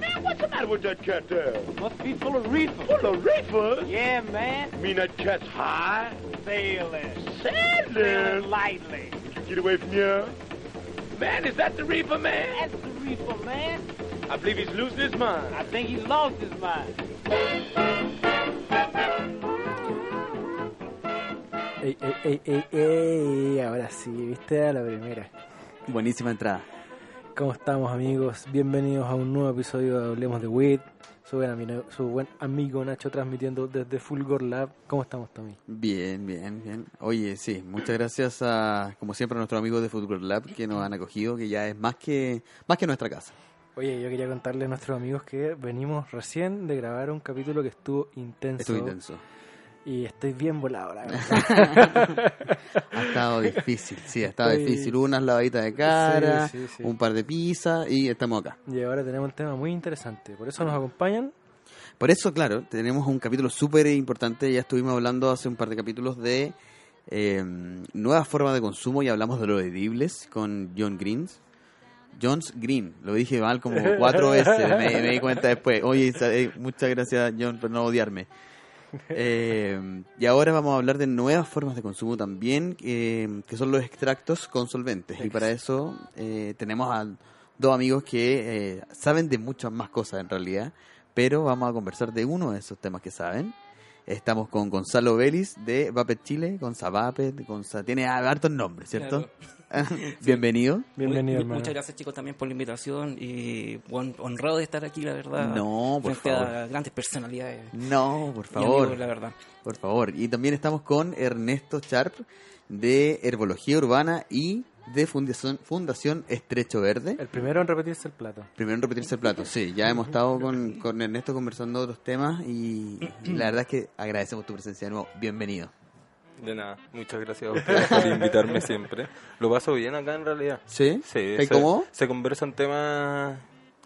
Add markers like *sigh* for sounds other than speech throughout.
Man, what's the matter with that cat there? Must be full of reefers. Full of reefers? Yeah, man. Mean that cat's high? Sailing. Sanders! lightly. Get away from here. Man, is that the reefer, man? That's the reefer, man. I believe he's losing his mind. I think he lost his mind. Ey, ey, ey, ey, ey, ahora sí, viste a la primera. Buenísima entrada. ¿Cómo estamos amigos? Bienvenidos a un nuevo episodio de Hablemos de WIT. Su buen, ami- su buen amigo Nacho transmitiendo desde Fulgor Lab. ¿Cómo estamos Tommy? Bien, bien, bien. Oye, sí, muchas gracias a, como siempre, a nuestros amigos de Football Lab que nos han acogido, que ya es más que, más que nuestra casa. Oye, yo quería contarle a nuestros amigos que venimos recién de grabar un capítulo que estuvo intenso. Estuvo intenso. Y estoy bien volado, la verdad. *laughs* Ha estado difícil, sí, ha estado Estoy- difícil. Unas lavaditas de cara, Sí, sí, sí. un par de pizzas y estamos acá. Y ahora tenemos un tema muy interesante. Por eso nos acompañan. Por eso, claro, tenemos un capítulo súper importante. Ya estuvimos hablando hace un par de capítulos de eh, nuevas formas de consumo y hablamos de los edibles con John Greens. John's Green, lo dije mal como cuatro veces, me, me di cuenta después. Oye, sa- eh, muchas gracias John por no odiarme. Eh, y ahora vamos a hablar de nuevas formas de consumo también, eh, que son los extractos con solventes. Y para eso eh, tenemos a dos amigos que eh, saben de muchas más cosas en realidad, pero vamos a conversar de uno de esos temas que saben. Estamos con Gonzalo Vélez de Vapet Chile, con Vapet, con tiene hartos nombres, ¿cierto? *laughs* Bienvenido. Bienvenido, Muy- hermano. Muchas gracias chicos también por la invitación y bueno, honrado de estar aquí, la verdad. No, por frente a favor. grandes personalidades. y No, por amigos, favor. la verdad. Por favor. Y también estamos con Ernesto Sharp de Herbología Urbana y de Fundación, Fundación Estrecho Verde. El primero en repetirse el plato. Primero en repetirse el plato, sí. Ya hemos estado con, con Ernesto conversando otros temas y la verdad es que agradecemos tu presencia de nuevo. Bienvenido. De nada, muchas gracias a ustedes por invitarme siempre. Lo paso bien acá en realidad. ¿Sí? Sí, ¿Estás se, cómodo? se conversan temas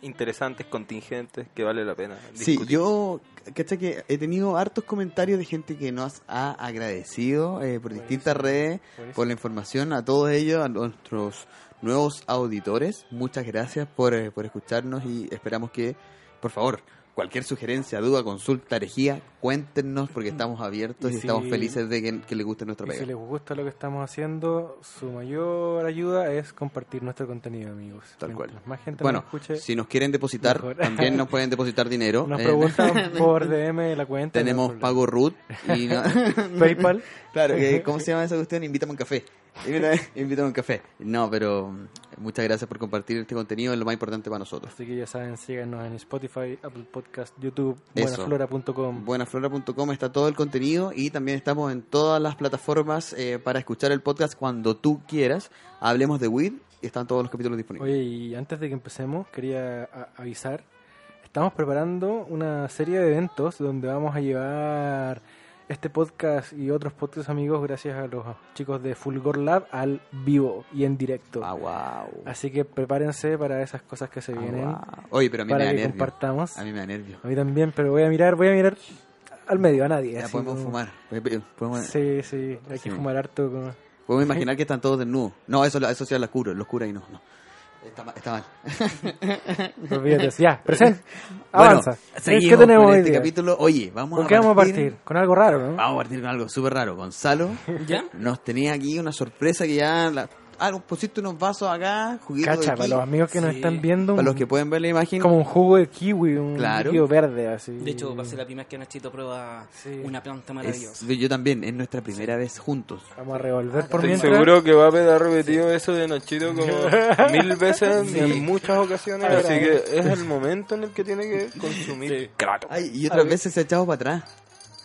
interesantes, contingentes, que vale la pena. Sí, discutir. yo, cacha que he tenido hartos comentarios de gente que nos ha agradecido eh, por distintas redes, por la información, a todos ellos, a nuestros nuevos auditores. Muchas gracias por, eh, por escucharnos y esperamos que, por favor, cualquier sugerencia, duda, consulta, herejía, cuéntenos porque estamos abiertos Y y, si- estamos felices de que, que les guste nuestro Y si pega. les gusta lo que estamos haciendo, su mayor ayuda es compartir nuestro contenido, amigos. Tal cual. Mientras Más gente Bueno, nos escuche. si nos quieren depositar, mejor. *laughs* también nos pueden depositar dinero. Nos Eh, preguntan por DM la cuenta. tenemos no hay pago root *laughs* y no- problema. PayPal. *laughs* Claro, que, ¿cómo se llama esa cuestión? Invítame un café. Invítame, *laughs* invítame un café. No, pero mm, muchas gracias por compartir este contenido, es lo más importante para nosotros. Así que ya saben, síganos en Spotify, Apple Podcast, YouTube, Eso. buenaflora.com. Buenaflora.com está todo el contenido y también estamos en todas las plataformas eh, para escuchar el podcast cuando tú quieras. Hablemos de WID y están todos los capítulos disponibles. Oye, y antes de que empecemos, quería a- avisar. Estamos preparando una serie de eventos donde vamos a llevar este podcast y otros podcasts amigos gracias a los chicos de Fulgor Lab al vivo y en directo. Ah, wow. Así que prepárense para esas cosas que Ah, se vienen. Oye, pero a mí me para da que nervio. compartamos. A mí me da nervio. A mí también, pero voy a mirar, voy a mirar al medio, a nadie. Ya así podemos como- fumar. Podemos, Sí, sí, hay que Sí. fumar harto. como- podemos imaginar que están todos desnudos. No, eso, eso sí es la cura, los cura y no, no. Está, ma- está mal. Olvídate, sí, ya, presente. *laughs* Bueno, Avanza. seguimos ¿Qué tenemos con hoy este día? capítulo. Oye, vamos ¿Con qué vamos a partir? Con algo raro, ¿no? Vamos a partir con algo súper raro. Gonzalo *laughs* ¿Ya? nos tenía aquí una sorpresa que ya... La... Ah, nos pusiste unos vasos acá, juguitos de Cacha, para kiwi. los amigos que nos Sí. están viendo, Para un- los que pueden ver la imagen, como un jugo de kiwi, un Claro. líquido verde, así. De hecho, va a ser la primera vez que Nachito prueba Sí. una planta es- maravillosa. yo también, es nuestra primera vez juntos. Vamos a Ah, revolver por Estoy mientras. *laughs* seguro que va a haber repetido eso de Nachito como mil veces en muchas ocasiones. Así que es el momento en el que tiene que consumir crato. Ay, y otras veces se ha echado para atrás.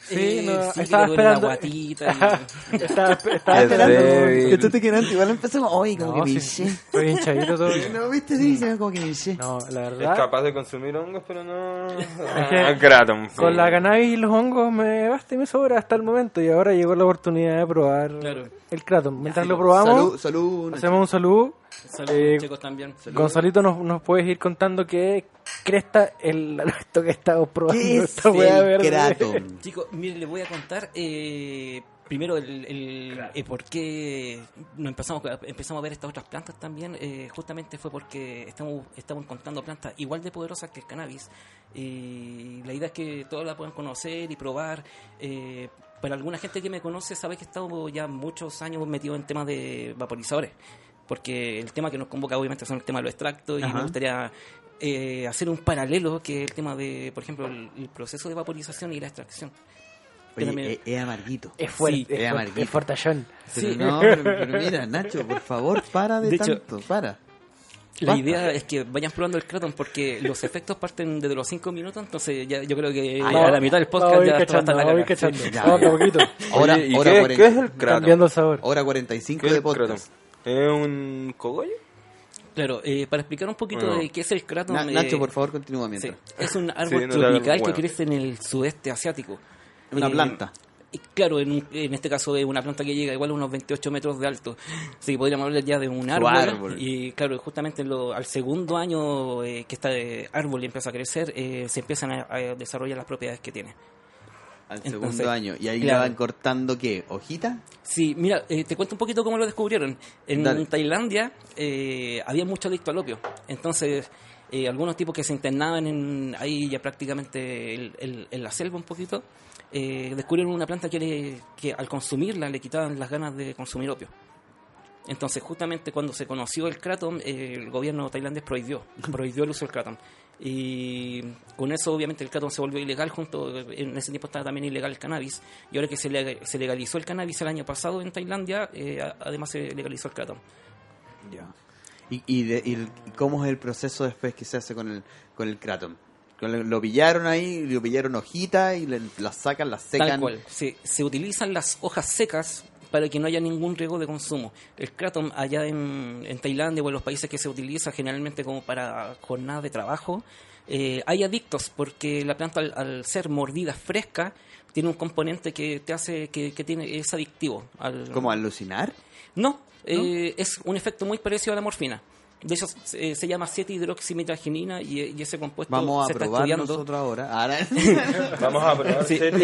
Sí, Eh, no, sí, que estaba le duele la esperando. guatita. *laughs* y- Estaba, Eh, estaba esperando. débil. Que tú te quedaste, igual empezamos. Oye, como No, que sí, me *laughs* Estoy hinchadito todavía. ¿No viste? Sí, se ve como que me hinché. No, la Es verdad. capaz de consumir hongos, pero no. que- Ah, Kratom. Con sí. la cannabis y los hongos me basta y me sobra hasta el momento. Y ahora llegó la oportunidad de probar Claro. el Kratom. Mientras lo probamos, Salud, salud. hacemos un saludo. Saludos, Eh, chicos, también. Gonzalito, nos, nos puedes ir contando qué cresta el esto que estamos probando. ¿Qué *laughs* es esta weá el verde? *laughs* Kratom? Chicos, mire, les voy a contar eh, primero el, el- eh, por qué no empezamos, empezamos a ver estas otras plantas también. eh, justamente fue porque estamos, estamos encontrando plantas igual de poderosas que el cannabis. Y Eh, la idea es que todas las puedan conocer y probar. eh, para alguna gente que me conoce sabe que he estado ya muchos años metido en temas de vaporizadores. Porque el tema que nos convoca obviamente son el tema de los extractos y Ajá. me gustaría eh, hacer un paralelo que es el tema de, por ejemplo, el, el proceso de vaporización y la extracción. Que también- Oye, es, es amarguito. Es fuerte, Sí, es, es fuerte, amarguito. es fortachón. Pero Sí. no, pero, pero mira, Nacho, por favor, para de, De hecho- tanto, para. La idea es que vayan probando el Kratom porque los efectos parten desde los 5 minutos, entonces ya, yo creo que Ah, a ya. la mitad del podcast Vamos a ir ya está cachando, hasta la vamos a ir caga. cachando. Sí, ya, Vamos de ya. a poquito, Ahora, Oye, ¿y hora, qué, 40, qué es el Kratom? cambiando el sabor. hora 45 ¿Qué es de el Kratom? podcast. ¿Es un cogollo? Claro, eh, para explicar un poquito Bueno. de qué es el Kratom... Na- eh, Nacho, por favor, continúa sí, mientras. es un Sí, árbol no te hagan tropical que huevo. crece en el sudeste asiático. Una Eh, planta. Y Claro, en, un- en este caso es una planta que llega igual a unos 28 metros de alto. Así que podríamos hablar ya de un árbol. árbol. Y claro, justamente en lo- al segundo año eh, que este árbol empieza a crecer, eh, se empiezan a, a desarrollar las propiedades que tiene. Al entonces, segundo año. Y ahí claro. le van cortando, ¿qué? ¿Hojita? Sí, mira, eh, te cuento un poquito cómo lo descubrieron. En Dale. Tailandia eh, había mucho adicto al opio. Entonces, eh, algunos tipos que se internaban en, ahí ya prácticamente el- el- en la selva un poquito, eh, descubrieron una planta que, le- que al consumirla le quitaban las ganas de consumir opio. Entonces, justamente cuando se conoció el kratom, eh, el gobierno tailandés prohibió, prohibió el uso del kratom. Y con eso, obviamente, el kratom se volvió ilegal, junto en ese tiempo estaba también ilegal el cannabis. Y ahora que se, lega- se legalizó el cannabis el año pasado en Tailandia, eh, a- además se legalizó el kratom. Ya. ¿Y, y, de- y el- cómo es el proceso después que se hace con el, con el Kratom? Con el- Lo pillaron ahí, lo pillaron hojita y le- la sacan, la secan. Tal cual. Se, se utilizan las hojas secas para que no haya ningún riesgo de consumo. El kratom allá en, en Tailandia o en los países que se utiliza generalmente como para jornadas de trabajo, eh, hay adictos porque la planta al, al ser mordida fresca tiene un componente que te hace que, que tiene es adictivo. Al, ¿Cómo alucinar? No, eh, es un efecto muy parecido a la morfina. De hecho, se, se llama 7-hidroximitragenina y, y ese compuesto Vamos a se está probar estudiando. nosotros ahora. Ahora- *laughs* Vamos a probar. Sí. ser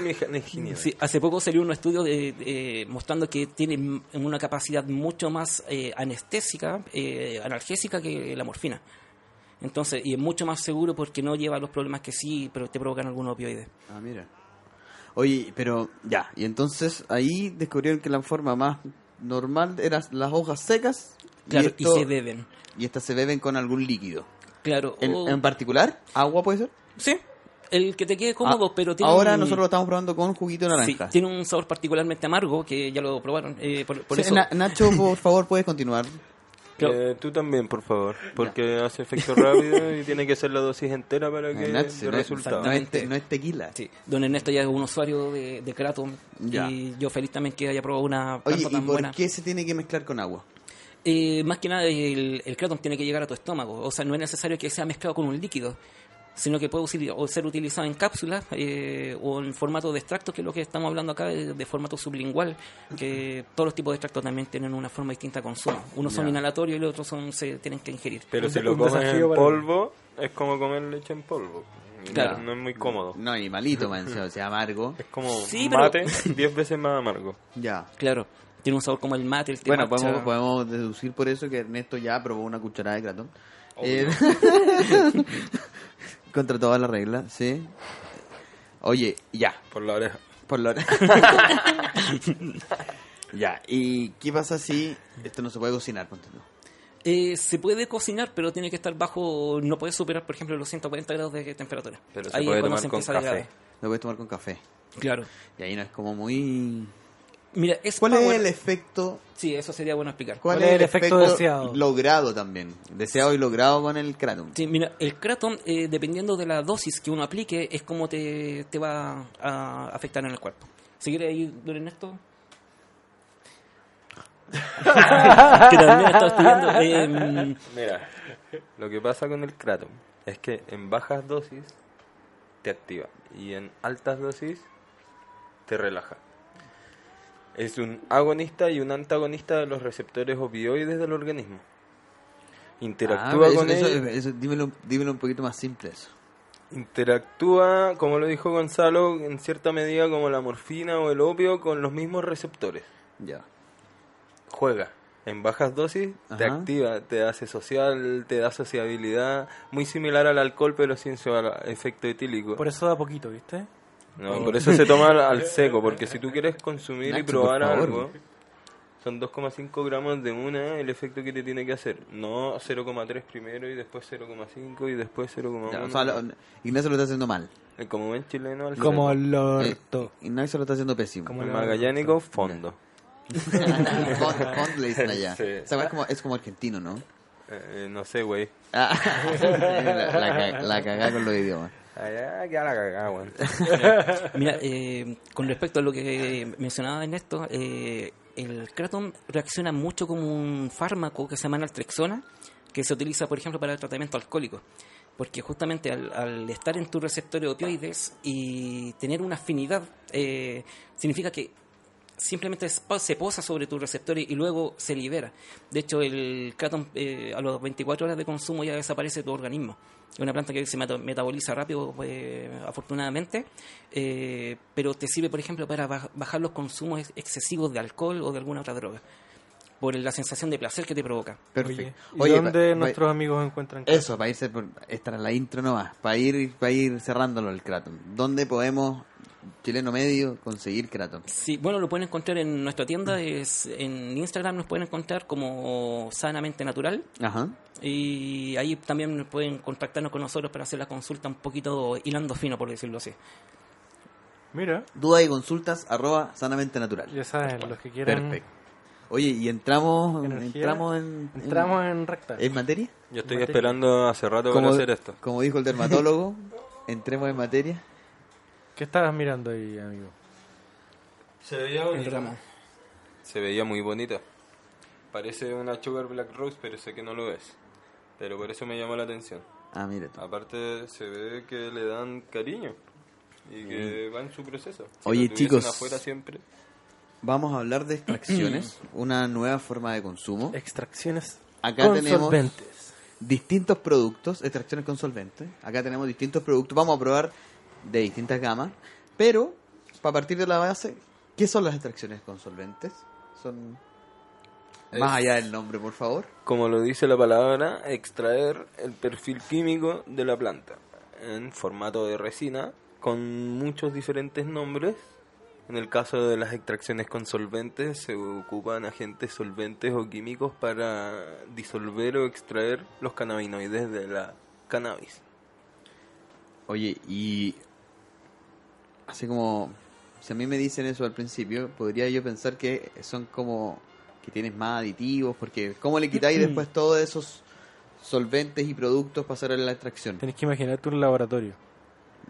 hidroximigenido. Sí, hace poco salió un estudio de, eh, mostrando que tiene m- una capacidad mucho más eh, anestésica, eh, analgésica que la morfina. Entonces, y es mucho más seguro porque no lleva los problemas que sí, pero te provocan algunos opioides. Ah, mira. Oye, pero ya, y entonces ahí descubrieron que la forma más normal eran las hojas secas. Claro, y, esto- se beben. Y estas se beben con algún líquido. Claro, En, o- en particular, agua puede ser. sí, el que te quede cómodo, Ah, pero tiene Ahora un, nosotros lo estamos probando con juguito de sí, naranja. tiene un sabor particularmente amargo que ya lo probaron. eh, por, por Sí, eso, Na- Nacho, *laughs* por favor, puedes continuar. claro, Eh, tú también, por favor, porque hace efecto rápido y tiene que ser la dosis entera para que Eh, Nacho, dé no, es, resultado. no es te- no es tequila. sí, don Ernesto ya es un usuario de, de Kratom Ya. y yo feliz también que haya probado una planta Oye, ¿y tan por buena. qué se tiene que mezclar con agua? Eh, más que nada, el, el kratom tiene que llegar a tu estómago. O sea, no es necesario que sea mezclado con un líquido, sino que puede usi- o ser utilizado en cápsulas eh, o en formato de extractos, que es lo que estamos hablando acá, eh, de, de formato sublingual, que todos los tipos de extractos también tienen una forma distinta de consumo. Unos son Ya. inhalatorios y los otros son, se tienen que ingerir. Pero Un- si lo un comes desafío en para mí. polvo, es como comer leche en polvo. Y Claro. No, no es muy cómodo. No, y malito, man, o sea, amargo. *laughs* Es como Sí, pero- mate 10 veces más amargo. Ya. Claro, tiene un sabor como el mate, el té Bueno, matcha. podemos, podemos deducir por eso que Ernesto ya probó una cucharada de cratón. Eh, *laughs* contra todas las reglas, sí. Oye, ya, Por la oreja. por la *laughs* ya, ¿y qué pasa si esto no se puede cocinar? ponte tú? Eh, se puede cocinar, pero tiene que estar bajo, no puede superar, por ejemplo, los 140 grados de temperatura. Pero se puede tomar con a café. degradar. Lo puedes tomar con café. Claro. Y ahí no es como muy... Mira, es ¿Cuál es power- el efecto Sí, eso sería bueno explicar. ¿Cuál, es el efecto, deseado? logrado también? Deseado y logrado con el Kratom. Sí, mira, el Kratom, eh, dependiendo de la dosis que uno aplique, es como te, te va a afectar en el cuerpo. Si quieres ir, don Ernesto. *laughs* que también está estudiando. eh, mm, Mira, lo que pasa con el Kratom es que en bajas dosis te activa y en altas dosis te relaja. Es un agonista y un antagonista de los receptores opioides del organismo. Interactúa Ah, eso- con eso- ellos- eso- dímelo, dímelo un poquito más simple eso. Interactúa, como lo dijo Gonzalo, en cierta medida como la morfina o el opio con los mismos receptores. Ya. Juega. En bajas dosis te Ajá. activa, te hace social, te da sociabilidad, muy similar al alcohol pero sin su a- efecto etílico. Por eso da poquito, ¿viste? No, por eso se toma *laughs* al- al seco, porque si tú quieres consumir y Oh. Nacho, probar por favor. algo, son 2,5 gramos de una el efecto que te tiene que hacer. No 0,3 primero y después 0,5 y después 0,1. Ya, o sea, lo- Ignacio lo está haciendo mal. Eh, Como buen chileno, al Como seco. el orto. Eh, Ignacio lo está haciendo pésimo. Como El el magallánico fondo. *laughs* Con- con le dicen *laughs* allá. Sí. O sea, es, como, es como argentino, *laughs* ¿no? Eh, eh, no sé, güey. Ah, la, la, ca- la cagá con los idiomas. Allá queda la cagada, güey. mira, eh, con respecto a lo que mencionaba Ernesto, eh, el Kratom reacciona mucho como un fármaco que se llama naltrexona, que se utiliza, por ejemplo, para el tratamiento alcohólico. Porque justamente al, al estar en tu receptor de opioides y tener una afinidad, eh, significa que simplemente es- se posa sobre tu receptor y y luego se libera. De hecho, el kratom eh, a las 24 horas de consumo ya desaparece de tu organismo. Es una planta que se meta- metaboliza rápido, eh, afortunadamente, eh, pero te sirve, por ejemplo, para baj- bajar los consumos ex- excesivos de alcohol o de alguna otra droga, por la sensación de placer que te provoca. Perfecto. ¿Y Oye, dónde pa- pa- nuestros amigos encuentran cosas? Eso, para irse por, esta era la intro nomás, para ir, para ir cerrándolo el Kratom. ¿Dónde podemos, chileno medio, conseguir Kratom? Sí, bueno, lo pueden encontrar en nuestra tienda, es, en Instagram nos pueden encontrar como Sanamente Natural. Ajá. Y ahí también pueden contactarnos con nosotros para hacer la consulta un poquito hilando fino, por decirlo así. Mira, Dudas y consultas, arroba sanamente natural. ya saben, los que quieran. Perfecto. Oye, y entramos, Energía. entramos en, en- Entramos en recta. ¿en materia. Yo estoy esperando hace rato para hacer esto. como dijo el dermatólogo, *laughs* entremos en materia. ¿Qué estabas mirando ahí, amigo? Se veía bonito. Se veía muy bonito. Parece una Sugar Black Rose, pero sé que no lo es. Pero por eso me llamó la atención. Ah, mire tú. Aparte, se ve que le dan cariño y que va en su proceso. Si Mm. Oye, lo tuviesen chicos. afuera siempre. Vamos a hablar de extracciones, *clears throat* una nueva forma de consumo. Extracciones Acá con tenemos- solventes. distintos productos, extracciones con solvente. Acá tenemos distintos productos, vamos a probar de distintas gamas, pero para partir de la base, ¿qué son las extracciones con solventes? Son más allá del nombre, por favor. Como lo dice la palabra, extraer el perfil químico de la planta en formato de resina con muchos diferentes nombres. En el caso de las extracciones con solventes, se ocupan agentes solventes o químicos para disolver o extraer los cannabinoides de la cannabis. Oye, y así como si a mí me dicen eso al principio, podría yo pensar que son como que tienes más aditivos, porque ¿cómo le quitáis después todos esos solventes y productos para hacer la extracción? Tenés que imaginarte un laboratorio.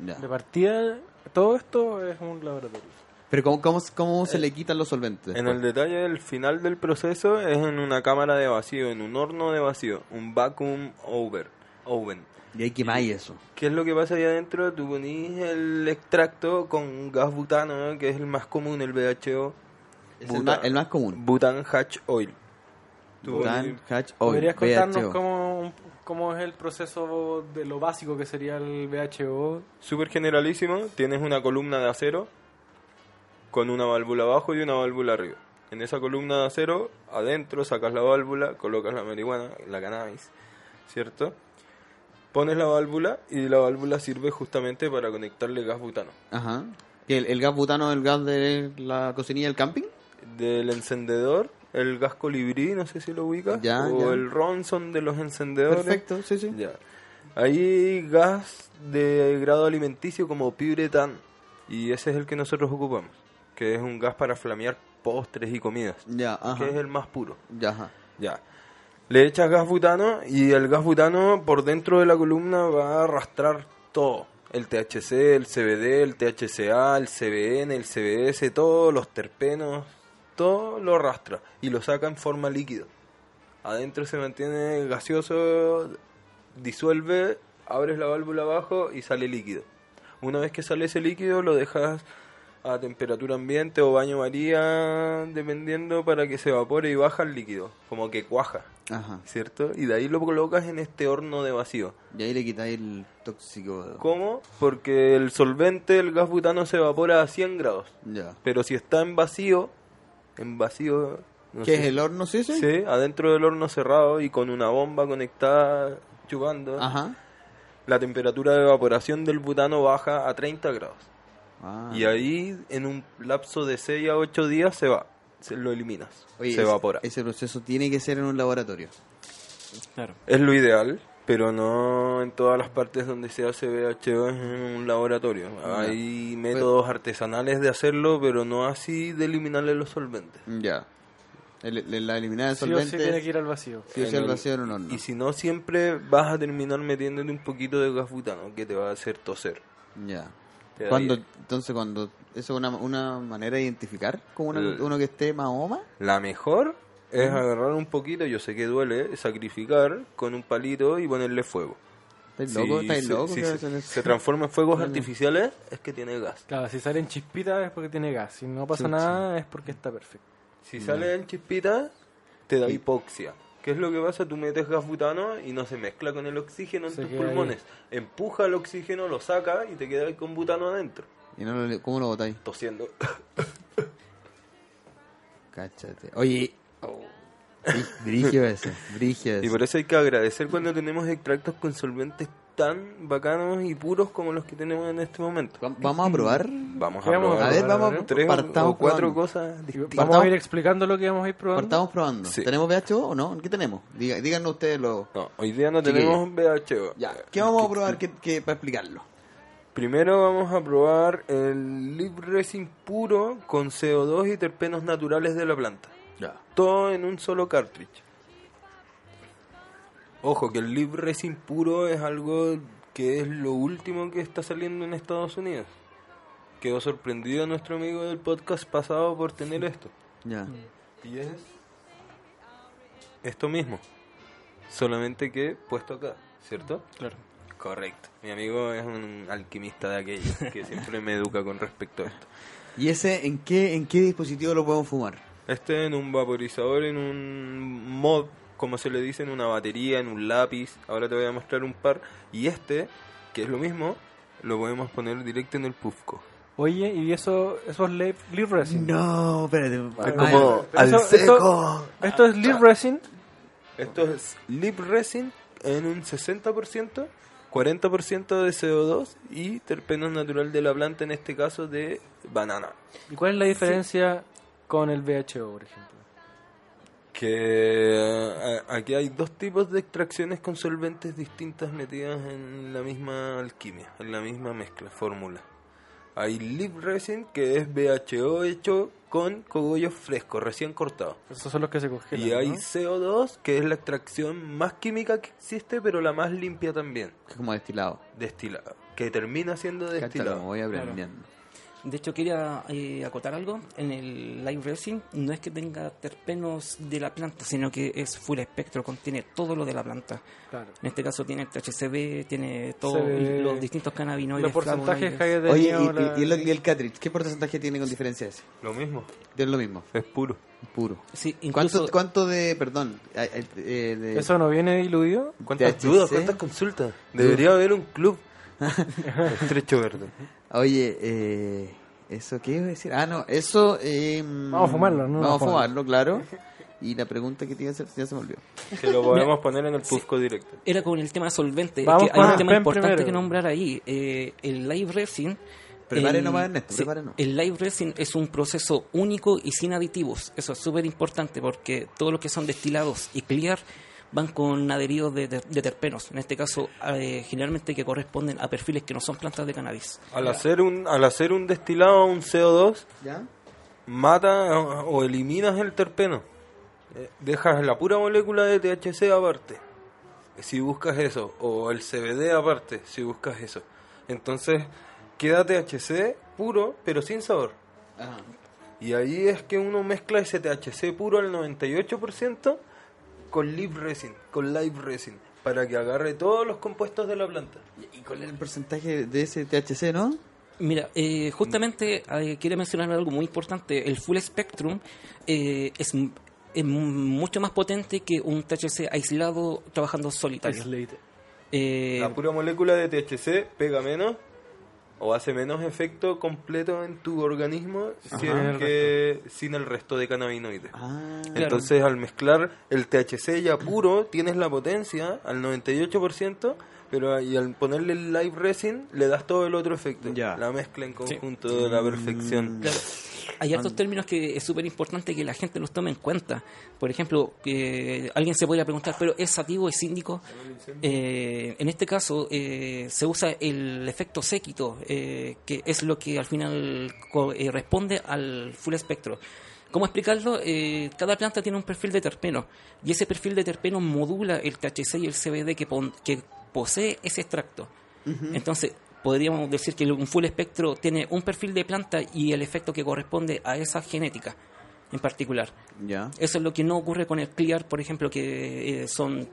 Ya. De partida, todo esto es un laboratorio. Pero ¿cómo, cómo, cómo se le quitan los solventes? En después? el detalle del final del proceso es en una cámara de vacío, en un horno de vacío, un vacuum over, oven. Y hay que más y eso. ¿Qué es lo que pasa ahí adentro? Tú ponís el extracto con gas butano, ¿eh? que es el más común, el BHO. Es el más, el más común. Butan Hatch Oil. Tú Bután, ponís- Hatch, Oil, ¿Podrías contarnos BHO. cómo, cómo es el proceso de lo básico que sería el BHO? Súper generalísimo, tienes una columna de acero con una válvula abajo y una válvula arriba. En esa columna de acero, adentro sacas la válvula, colocas la marihuana, la cannabis, ¿cierto? Pones la válvula y la válvula sirve justamente para conectarle gas butano. Ajá. ¿Y ¿El, el gas butano el gas de la cocinilla del camping? Del encendedor, el gas colibrí, no sé si lo ubicas, Ya, o ya. el Ronson de los encendedores. Perfecto, sí, sí. Ya. Hay gas de grado alimenticio como piuretán y ese es el que nosotros ocupamos, que es un gas para flamear postres y comidas, Ya, ajá. que es el más puro. Ya, ajá. Ya. Le echas gas butano y el gas butano por dentro de la columna va a arrastrar todo. El THC, el CBD, el THCA, el CBN, el CBS, todos los terpenos, todo lo arrastra y lo saca en forma líquida. Adentro se mantiene gaseoso, disuelve, abres la válvula abajo y sale líquido. Una vez que sale ese líquido lo dejas a temperatura ambiente o baño María, dependiendo para que se evapore y baja el líquido, como que cuaja, Ajá. ¿cierto? Y de ahí lo colocas en este horno de vacío. Y ahí le quitáis el tóxico. ¿Cómo? Porque el solvente, el gas butano se evapora a 100 grados. Ya. Pero si está en vacío, en vacío... no ¿Qué es sé. el horno, sí, sí? Sí, adentro del horno cerrado y con una bomba conectada chupando, Ajá. la temperatura de evaporación del butano baja a 30 grados. Ah. Y ahí, en un lapso de 6 a 8 días, se va. Se lo eliminas. Ah. Oye, se ese- evapora. Es, Ese proceso tiene que ser en un laboratorio. Claro. lo ideal, pero no en todas las partes donde se hace BHO es en un laboratorio. Hay métodos artesanales de hacerlo, pero no así de eliminarle los solventes. Ya. El- el- la eliminada del Sí o sí solvente. tiene que ir al vacío. sí o sí En al el- vacío en un horno. Y si no, siempre vas a terminar metiéndote un poquito de gas butano que te va a hacer toser. Ya. Te da Cuando, ahí- entonces, cuando. Eso es una, una manera de identificar como una- Eh. uno que esté mahoma. La mejor es agarrar un poquito, yo sé que duele, sacrificar con un palito y ponerle fuego. ¿Estáis loco? Sí, ¿Estáis sí, loco? sí, ¿Qué sí. va a hacer eso? Se transforma en fuegos artificiales, es que tiene gas. Claro, si salen chispitas es porque tiene gas. Si no pasa nada es porque está perfecto. Si sale en chispitas, te da hipoxia. ¿Qué es lo que pasa? Tú metes gas butano y no se mezcla con el oxígeno en Se tus queda ahí. pulmones. Empuja el oxígeno, lo saca y te quedas con butano adentro. *laughs* ¿Y no lo- ¿Cómo lo botáis? Tosiendo. Cáchate. Oye. Brí- Brígido ese. Brígido Oh. *laughs* Y ese. por eso hay que agradecer cuando tenemos extractos con solventes tan bacanos y puros como los que tenemos en este momento. Va- Vamos a probar. Vamos a ¿Qué vamos a probar A ver, probar, vamos a a ver? tres partamos o cuatro probando. cosas Y distintas. Vamos a ir explicando lo que vamos a ir probando. Partamos probando. Sí. ¿Tenemos VHO o no? ¿Qué tenemos? Diga- díganos ustedes luego. No, hoy día no tenemos BHO. Ya. Eh, ¿Qué vamos a probar que, que- para explicarlo? Primero vamos a probar el lip resin puro con CO2 y terpenos naturales de la planta. Ya. Todo en un solo cartridge. Ojo, que el lip resin puro es algo que es lo último que está saliendo en Estados Unidos. Quedó sorprendido nuestro amigo del podcast pasado por tener esto. Ya. Y es esto mismo, solamente que puesto acá, ¿cierto? Claro. Correcto. Mi amigo es un alquimista de aquellos que siempre me educa con respecto a esto. ¿Y ese en qué, en qué dispositivo lo podemos fumar? Este en un vaporizador, en un mod, como se le dice, en una batería, en un lápiz. Ahora te voy a mostrar un par. Y este, que es lo mismo, lo podemos poner directo en el Pufco. Oye, y eso, eso es lip, lip resin. No, espérate. Ah, como- Pero al eso- seco. Esto, esto es lip resin. Esto es lip resin en un 60%, 40% de CO2 y terpenos natural de la planta, en este caso de banana. ¿Y cuál es la diferencia con el VHO, por ejemplo? Que eh, aquí hay dos tipos de extracciones con solventes distintas metidas en la misma alquimia, en la misma mezcla, fórmula. Hay lip resin que es BHO hecho con cogollos frescos, recién cortados. Esos son los que se congelan. Y hay ¿no? CO2 que es la extracción más química que existe, pero la más limpia también, Como destilado. destilada, que termina siendo Cáchalo, destilada. como voy aprendiendo. De hecho, quería eh, acotar algo. En el Live Resin no es que tenga terpenos de la planta, sino que es full espectro, contiene todo lo de la planta. Claro. En este caso tiene el THCB, tiene todos CBD, los distintos cannabinoides. Los porcentajes flavonoides. que haya tenido Oye, y, la- y- y el, y el cartridge, ¿qué porcentaje tiene con diferencia ese? Lo mismo, Es lo mismo, es puro. puro. Sí, ¿Cuánto, incluso cuánto de, perdón, eh, eh, eh, de- ¿Eso no viene diluido? ¿Cuántas THC? dudas, cuántas consultas? Debería haber *laughs* un club. Estrecho verde. Oye, eh, ¿eso qué iba a decir? Ah, no, eso... eh, Vamos a fumarlo, ¿no? Vamos a Vamos a fumarlo, claro. Y la pregunta que te iba a hacer ya se me olvidó. Que lo podemos poner en el Pufco directo. era con el tema solvente. Es Vamos que con hay un el tema pen importante primero. que nombrar ahí. Eh, el Live Resin. Prepare el- nomás, Ernesto, sí, prepare nomás. El Live Resin es un proceso único y sin aditivos. Eso es súper importante porque todos los que son destilados y clear van con adheridos de, ter- de terpenos. En este caso, eh, generalmente que corresponden a perfiles que no son plantas de cannabis. Al hacer un, al hacer un destilado, un CO2, ¿Ya? mata o o eliminas el terpeno. Eh, Dejas la pura molécula de THC aparte. Si buscas eso. O el CBD aparte. Si buscas eso. Entonces queda THC puro pero sin sabor. Ah, Y ahí es que uno mezcla ese THC puro al 98% con live resin. Con live resin. Para que agarre todos los compuestos de la planta. ¿Y cuál es el porcentaje de ese THC, no? Mira, eh, justamente eh, quiero mencionar algo muy importante. El full spectrum eh, es, m- es mu- mucho más potente que un THC aislado trabajando solitario. Slate. Eh, La pura molécula de THC pega menos o hace menos efecto completo en tu organismo que- el que sin el resto de cannabinoides. Ah, Entonces, al mezclar el THC ya puro, tienes la potencia al 98%, pero y al ponerle el live resin, le das todo el otro efecto. Ya. Mm, La mezcla en conjunto de la perfección. Claro. Hay otros términos que es súper importante que la gente los tome en cuenta. Por ejemplo, que alguien se podría preguntar, ¿pero es sativo, es síndico? Eh, en este caso, eh, se usa el efecto séquito, eh, que es lo que al final co- eh, responde al full espectro. ¿Cómo explicarlo? Eh, cada planta tiene un perfil de terpeno y ese perfil de terpeno modula el THC y el CBD que, pon- que posee ese extracto. Entonces, podríamos decir que un full espectro tiene un perfil de planta y el efecto que corresponde a esa genética en particular. ya. Eso es lo que no ocurre con el clear, por ejemplo, que eh, son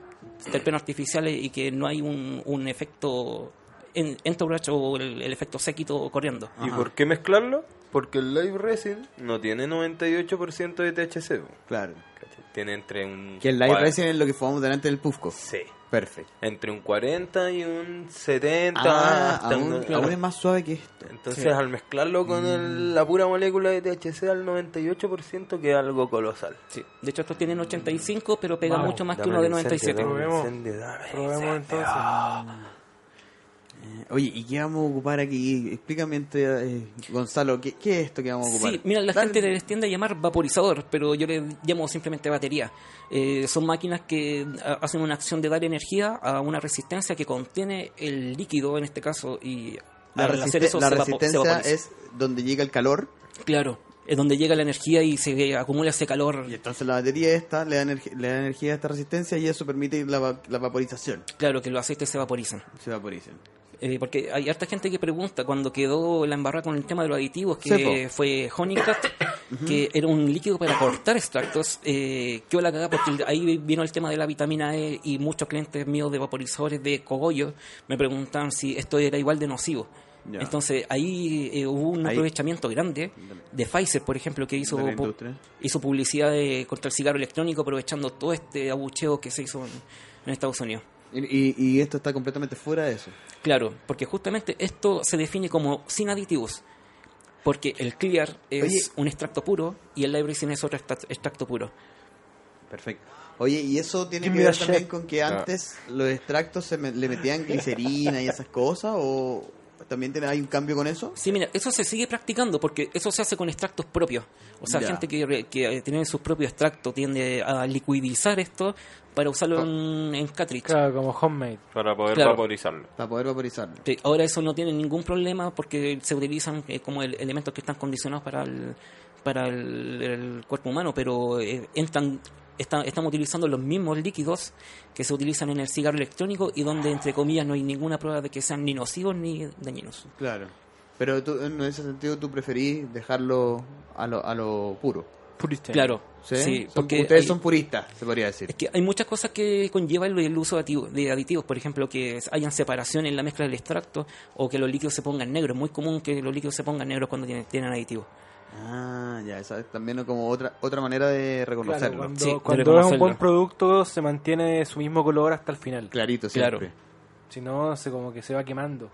terpenos artificiales y que no hay un, un efecto en- entourage o el, el efecto séquito corriendo. ¿Y por qué mezclarlo? Porque el live resin no tiene 98% de THC. po. Claro. ¿Cachai? Tiene entre un... Que el live cua- resin es lo que fumamos delante del Pufco. Sí. Perfecto. entre un 40 y un 70. Ah, hasta aún, un- aún es más suave que este. esto. Entonces, al mezclarlo con Mm. el- la pura molécula de THC al 98%, queda algo colosal. Sí. De hecho, estos tienen 85, pero pega Vamos, mucho más que Dame uno de el incendio, 97. dame el Probemos. incendio, dame el Probemos incendio. entonces. Eh, Oye, ¿y qué vamos a ocupar aquí? Explícame, eh, Gonzalo, ¿qué, qué es esto que vamos a ocupar? Sí, mira, la Dale. gente les tiende a llamar vaporizador, pero yo le llamo simplemente batería. Eh, son máquinas que ha- hacen una acción de dar energía a una resistencia que contiene el líquido, en este caso, y La, al hacer resiste- eso la se, vapo- se resistencia vaporiza. es donde llega el calor Claro, es donde llega la energía y se acumula ese calor. y entonces la batería esta le da, energi- le da energía a esta resistencia y eso permite la, va- la vaporización. Claro, que los aceites se vaporizan. Se vaporizan. Eh, porque hay harta gente que pregunta cuando quedó la embarrada con el tema de los aditivos, que Sí, fue Honeycut, que era un líquido para cortar extractos, eh, quedó la cagada porque ahí vino el tema de la vitamina E y muchos clientes míos de vaporizadores de cogollos me preguntaban si esto era igual de nocivo. Ya. Entonces ahí eh, hubo un Ahí- aprovechamiento grande de Pfizer, por ejemplo, que hizo, De la pu- industria. hizo publicidad de- contra el cigarro electrónico aprovechando todo este abucheo que se hizo en- en Estados Unidos. Y, y- y esto está completamente fuera de eso. Claro, porque justamente esto se define como sin aditivos. Porque el clear es Oye. un extracto puro y el library sin es otro extra- extracto puro. Perfecto. Ah. Oye, y eso tiene Give que me ver that también shit. con que antes los extractos se me- le metían glicerina y esas cosas o también tiene- hay un cambio con eso? Sí, mira, eso se sigue practicando porque eso se hace con extractos propios. O sea, Ya. gente que, re- que, eh, tiene sus propios extractos tiende a liquidizar esto para usarlo Ah. en, en cartridge. Claro, como homemade. Para poder Claro. vaporizarlo. Para poder vaporizarlo. Sí, Ahora eso no tiene ningún problema porque se utilizan eh, como el- elementos que están condicionados para el, para el, el cuerpo humano, pero eh, entran, está- estamos utilizando los mismos líquidos que se utilizan en el cigarro electrónico y donde, entre comillas, no hay ninguna prueba de que sean ni nocivos ni dañinos. Claro. Pero tú, en ese sentido tú preferís dejarlo a lo, a lo puro. Purista. Claro, ¿sí? sí, Son- porque ustedes hay- son puristas, se podría decir. Es que hay muchas cosas que conlleva el, el uso de aditivos, de aditivos, por ejemplo, que hayan separación en la mezcla del extracto o que los líquidos se pongan negros. Es muy común que los líquidos se pongan negros cuando tienen, tienen aditivos. Ah, ya, esa es también como otra otra manera de Claro, reconocerlo. cuando Sí, de cuando es un reconocerlo. buen producto, se mantiene su mismo color hasta el final. Clarito, Claro. siempre. Si no, se como que se va quemando.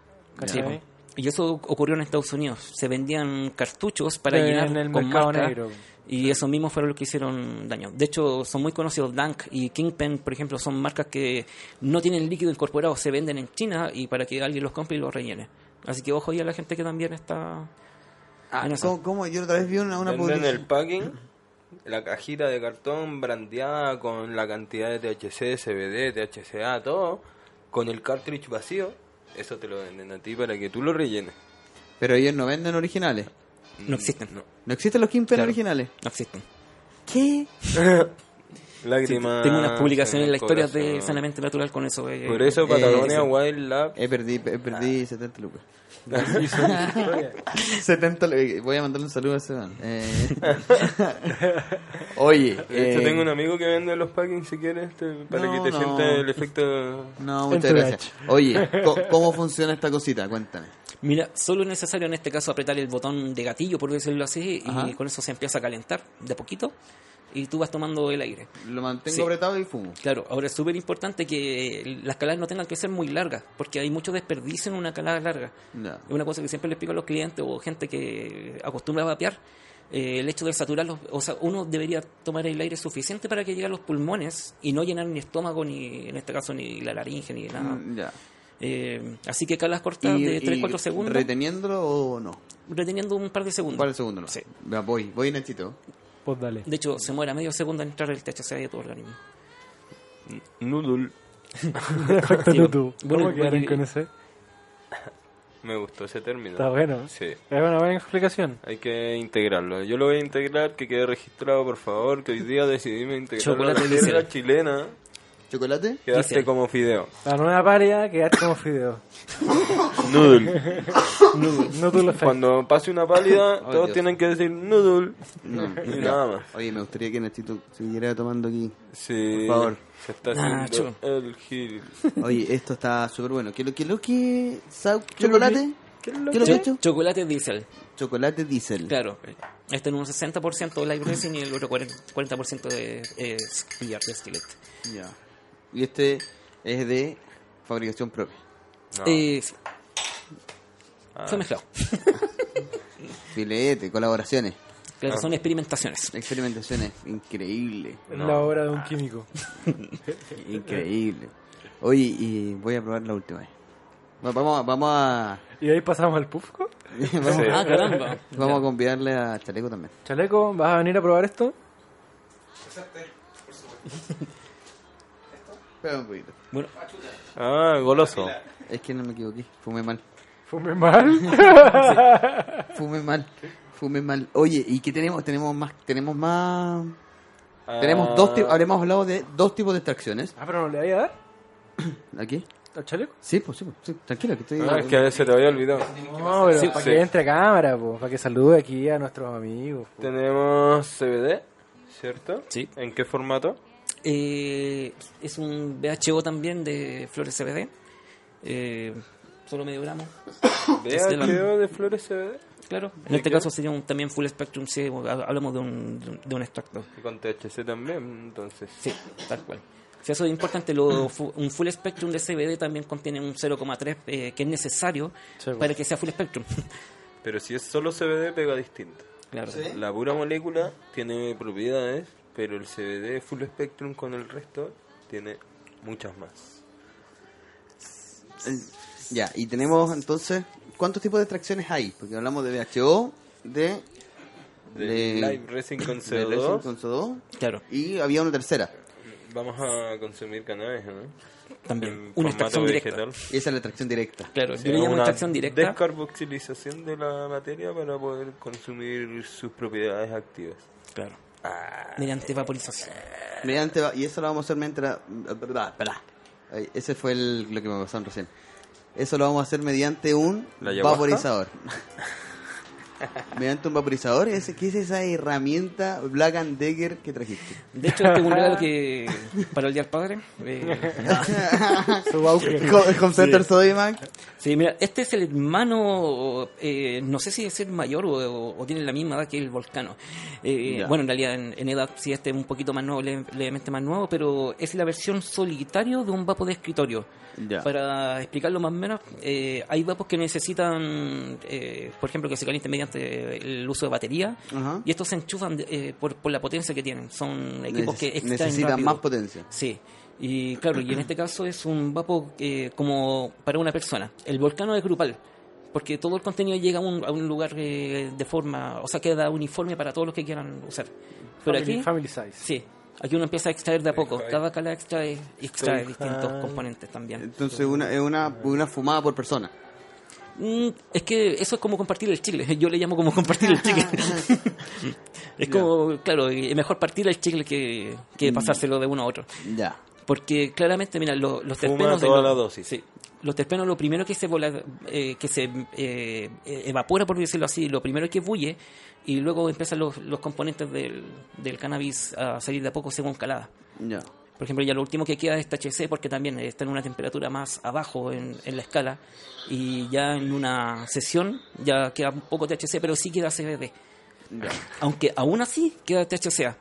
Sí, ¿cachai? Y eso ocurrió en Estados Unidos. Se vendían cartuchos para En llenar el con mercado marca, negro. Y eso mismo fueron los que hicieron daño. De hecho, son muy conocidos. Dank y Kingpen, por ejemplo, son marcas que no tienen líquido incorporado. Se venden en China y para que alguien los compre y los rellene. Así que ojo ahí a la gente que también está... Ah, en esa. ¿cómo, cómo? Yo otra vez vi una, una Venden publicidad- el packing, la cajita de cartón brandeada con la cantidad de THC, CBD, THCA, todo, con el cartridge vacío. Eso te lo venden a ti para que tú lo rellenes. Pero ellos no venden originales. No existen. No. No existen los Kingpin Claro. originales. No existen. ¿Qué? Sí, Lágrimas. tengo unas publicaciones en la historia corazón. de Sanamente Natural con eso. eh, Por eso eh, Patagonia sí. Wild Lab. Eh, *laughs* perdí, eh, perdí 70 lucas. *laughs* *laughs* 70 lu- eh, Voy a mandarle un saludo a ese man. Eh, *laughs* Oye, De hecho, eh, tengo un amigo que vende los packing si quieres, te- para no, que te no. sienta el efecto. No, muchas En tu gracias. Oye, *laughs* co- ¿cómo funciona esta cosita? Cuéntame. Mira, solo es necesario en este caso apretar el botón de gatillo, por decirlo así, Ajá. y con eso se empieza a calentar de a poquito y tú vas tomando el aire. Lo mantengo Sí. apretado y fumo. Claro, ahora es súper importante que las caladas no tengan que ser muy largas, porque hay mucho desperdicio en una calada larga. Ya. Es una cosa que siempre les explico a los clientes o gente que acostumbra a vapear, eh, el hecho de saturarlos, o sea, uno debería tomar el aire suficiente para que llegue a los pulmones y no llenar ni estómago, ni en este caso ni la laringe, ni nada. Mm, Ya. Eh, así que calas cortas Y- de y 3-4 segundos, ¿Reteniéndolo o no? reteniendo un par de Un segundos. par de segundos. No. Sí. Ya, voy, voy, Nachito. Pues dale. *laughs* De hecho, se muere a medio segundo al entrar el THC de tu organismo. Noodle. Perfecto, Digo, tú. bueno, ¿Cómo quedaron bueno, con y- ese? Me gustó ese término. Está bueno. Sí. Es una buena explicación. Hay que integrarlo. Yo lo voy a integrar, que quede registrado, por favor, que hoy día decidimos integrar Chocolate la glycerin. tierra chilena. ¿Chocolate? Quedaste Glycerin. *laughs* como fideo. La nueva paria quedaste como fideo. Noodle. No, no tú lo sabes. Cuando pase una pálida, Ay, todos Oh, Dios. tienen que decir noodle. *laughs* No. Y ya. nada más. Oye, me gustaría que Nachito siguiera tomando aquí. Sí. Por favor. Ah, Se está Nacho. haciendo el *laughs* gil. Oye, esto está súper bueno. ¿Qué lo que lo que? sa- ¿Chocolate? ¿Qué lo que hecho? Chocolate diésel. Chocolate diésel. Claro, este en un 60% light resin y el otro 40%, 40% de eh, es billar de estilete. Ya. Y este es de fabricación propia. No. Eh, sí. Ah. Fue mezclado. Filete, colaboraciones, Claro, *laughs* son experimentaciones. experimentaciones. Increíble. Es la obra de un químico. Increíble. Oye, y voy a probar la última vez. Va- Vamos, a- vamos a. *laughs* Y de ahí pasamos al Pufco. vamos, Sí. Ah, caramba. vamos a convidarle a Chaleco también. Chaleco, ¿vas a venir a probar esto? Espera un poquito. Bueno, Ah, goloso. Es que no me equivoqué. Fumé mal. Fume *laughs* mal. Fumé mal. Fumé mal. Oye, ¿y qué tenemos? Tenemos más. Tenemos más. Ah. Tenemos dos tipos. Habremos hablado de dos tipos de extracciones. Ah, pero no le voy a dar ¿Aquí? al chaleco. Sí, pues sí, pues, sí. Tranquilo, que estoy. Ah, es que se te había olvidado. No, pero Sí, para sí. que entre a cámara, po, para que salude aquí a nuestros amigos. po. Tenemos CBD, ¿cierto? Sí. ¿En qué formato? eh, es un BHO también de flores CBD. Eh, solo medio gramo. Es de la- ¿BHO de flores CBD? Claro. En ¿De este qué? caso sería un, también full spectrum, sí, hablamos de un, de un extracto. Y con THC también, entonces. Sí, tal cual. Si eso es importante, lo, fu- un full spectrum de CBD también contiene un 0,3 eh, que es necesario pues. Sí, para que sea full spectrum. *laughs* Pero si es solo CBD, pega distinto. claro. La pura molécula tiene propiedades, pero el CBD full spectrum con el resto tiene muchas más. Ya, y tenemos entonces. ¿Cuántos tipos de extracciones hay? Porque hablamos de BHO, de. De De- Live Resin con de resin CO2, con CO2, Claro, Y había una tercera. vamos a consumir cannabis, ¿no? también. En Una formato extracción directa. vegetal. Y esa es la extracción directa. Claro, Sí, yo le llamo una extracción directa. Descarboxilización de la materia para poder consumir sus propiedades activas. Claro. Mediante vaporización. Mediante va- y eso lo vamos a hacer mientras. ah, Espera, espera. Ay, Ese fue el- lo que me pasaron recién. Eso lo vamos a hacer mediante un ¿La ayahuasca? vaporizador. *laughs* mediante un vaporizador. Ese, ¿Qué es esa herramienta Black and Decker que trajiste? De hecho, este es un regalo que para el Día del Padre. *laughs* eh, Su Bauker. *laughs* Home Home Center Sodimac. sí, mira, este es el hermano, eh, no sé si es el mayor o, o- o tiene la misma edad que el Volcano. Eh, Ya. bueno, en realidad en, en edad sí este es un poquito más nuevo, le- levemente más nuevo, pero es la versión solitario de un vapo de escritorio. Ya. Para explicarlo más o menos, eh, hay vapos que necesitan, eh, por ejemplo, que se calienten mediante el uso de batería Ajá. y estos se enchufan de- eh, por, por la potencia que tienen. Son equipos Neces- que extraen necesitan rápido. más potencia. Sí. Y claro, y en este caso es un vapo eh, como para una persona. El volcano es grupal, porque todo el contenido llega a un, a un lugar eh, de forma, o sea, queda uniforme para todos los que quieran usar. Pero Family- aquí, Family size. sí, aquí uno empieza a extraer de a poco. Estoy Cada cala extrae, extrae Estoy distintos high. componentes también. Entonces una, es una, una fumada por persona. Mm, es que eso es como compartir el chicle. *laughs* Yo le llamo como compartir el chicle. *laughs* es como, claro, es mejor partir el chicle que, que pasárselo de uno a otro. Ya. Porque claramente, mira, lo- los Fuma terpenos. de toda lo- la dosis. sí. Los terpenos, lo primero que se, vola- eh, que se eh, eh, evapora, por decirlo así, lo primero que bulle, y luego empiezan los, los componentes del, del cannabis a salir de a poco según calada. Ya. Por ejemplo, ya lo último que queda es THC porque también está en una temperatura más abajo en, en la escala y ya en una sesión ya queda un poco THC, pero sí queda CBD. *laughs* Aunque aún así queda THCA.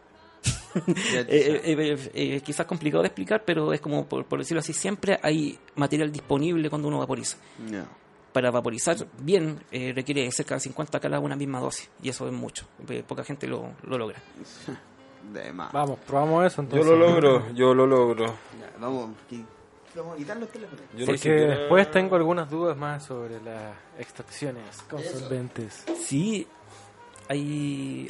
Eh, eh, eh, eh, quizás complicado de explicar, pero es como, por, por decirlo así, siempre hay material disponible cuando uno vaporiza. Ya. Para vaporizar bien eh, requiere cerca de 50 calas una misma dosis y eso es mucho. Eh, Poca gente lo, lo logra. De más. Vamos, probamos eso Yo entonces. lo *laughs* logro, yo lo logro. Ya, vamos. qui- Vamos a quitar los teléfonos. Yo ni Porque siquiera- después tengo algunas dudas más sobre las extracciones con solventes. Sí, hay.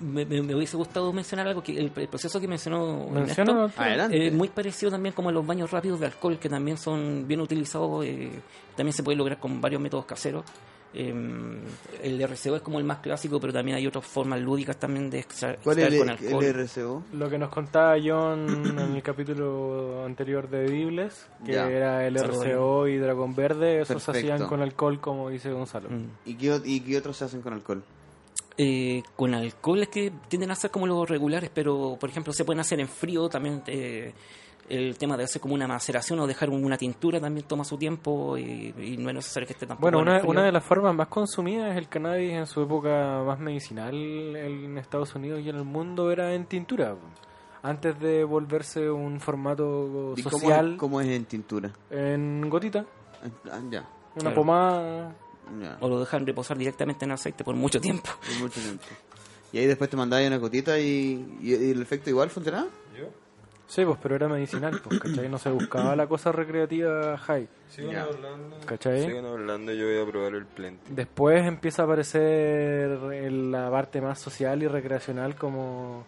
Me, me- me hubiese gustado mencionar algo que el, el proceso que mencionó Menciona Ernesto, otro. Adelante. eh, muy parecido también como a los baños rápidos de alcohol que también son bien utilizados, eh, también se puede lograr con varios métodos caseros. Eh, el RCO es como el más clásico, pero también hay otras formas lúdicas también de extra- extraer ¿Cuál es con el, alcohol. el RCO? Lo que nos contaba John en el capítulo anterior de Bibles, que Ya. era el Saludos. RCO y Dragón Verde, esos se Perfecto. hacían con alcohol, como dice Gonzalo. Mm. ¿Y qué, o- ¿Y qué otros se hacen con alcohol? Eh, con alcoholes que tienden a ser como los regulares, pero por ejemplo se pueden hacer en frío, también eh, el tema de hacer como una maceración o dejar un- una tintura también toma su tiempo y, y no es necesario que esté tampoco Bueno, en el una, frío. una de las formas más consumidas es el cannabis en su época más medicinal en Estados Unidos y en el mundo era en tintura. Antes de volverse un formato ¿Y cómo, social es- cómo es en tintura? en gotita, En plan, ya. una Claro. pomada. ya. O lo dejan reposar directamente en aceite por mucho tiempo. Es mucho tiempo. Y ahí después te mandáis una gotita y, y- y el efecto igual funcionaba. Sí, pues, pero era medicinal, pues, ¿cachai? No se buscaba la cosa recreativa high, Sigan Ya. hablando. ¿cachai? Sigan hablando, yo voy a probar el plenty. Después empieza a aparecer en la parte más social y recreacional como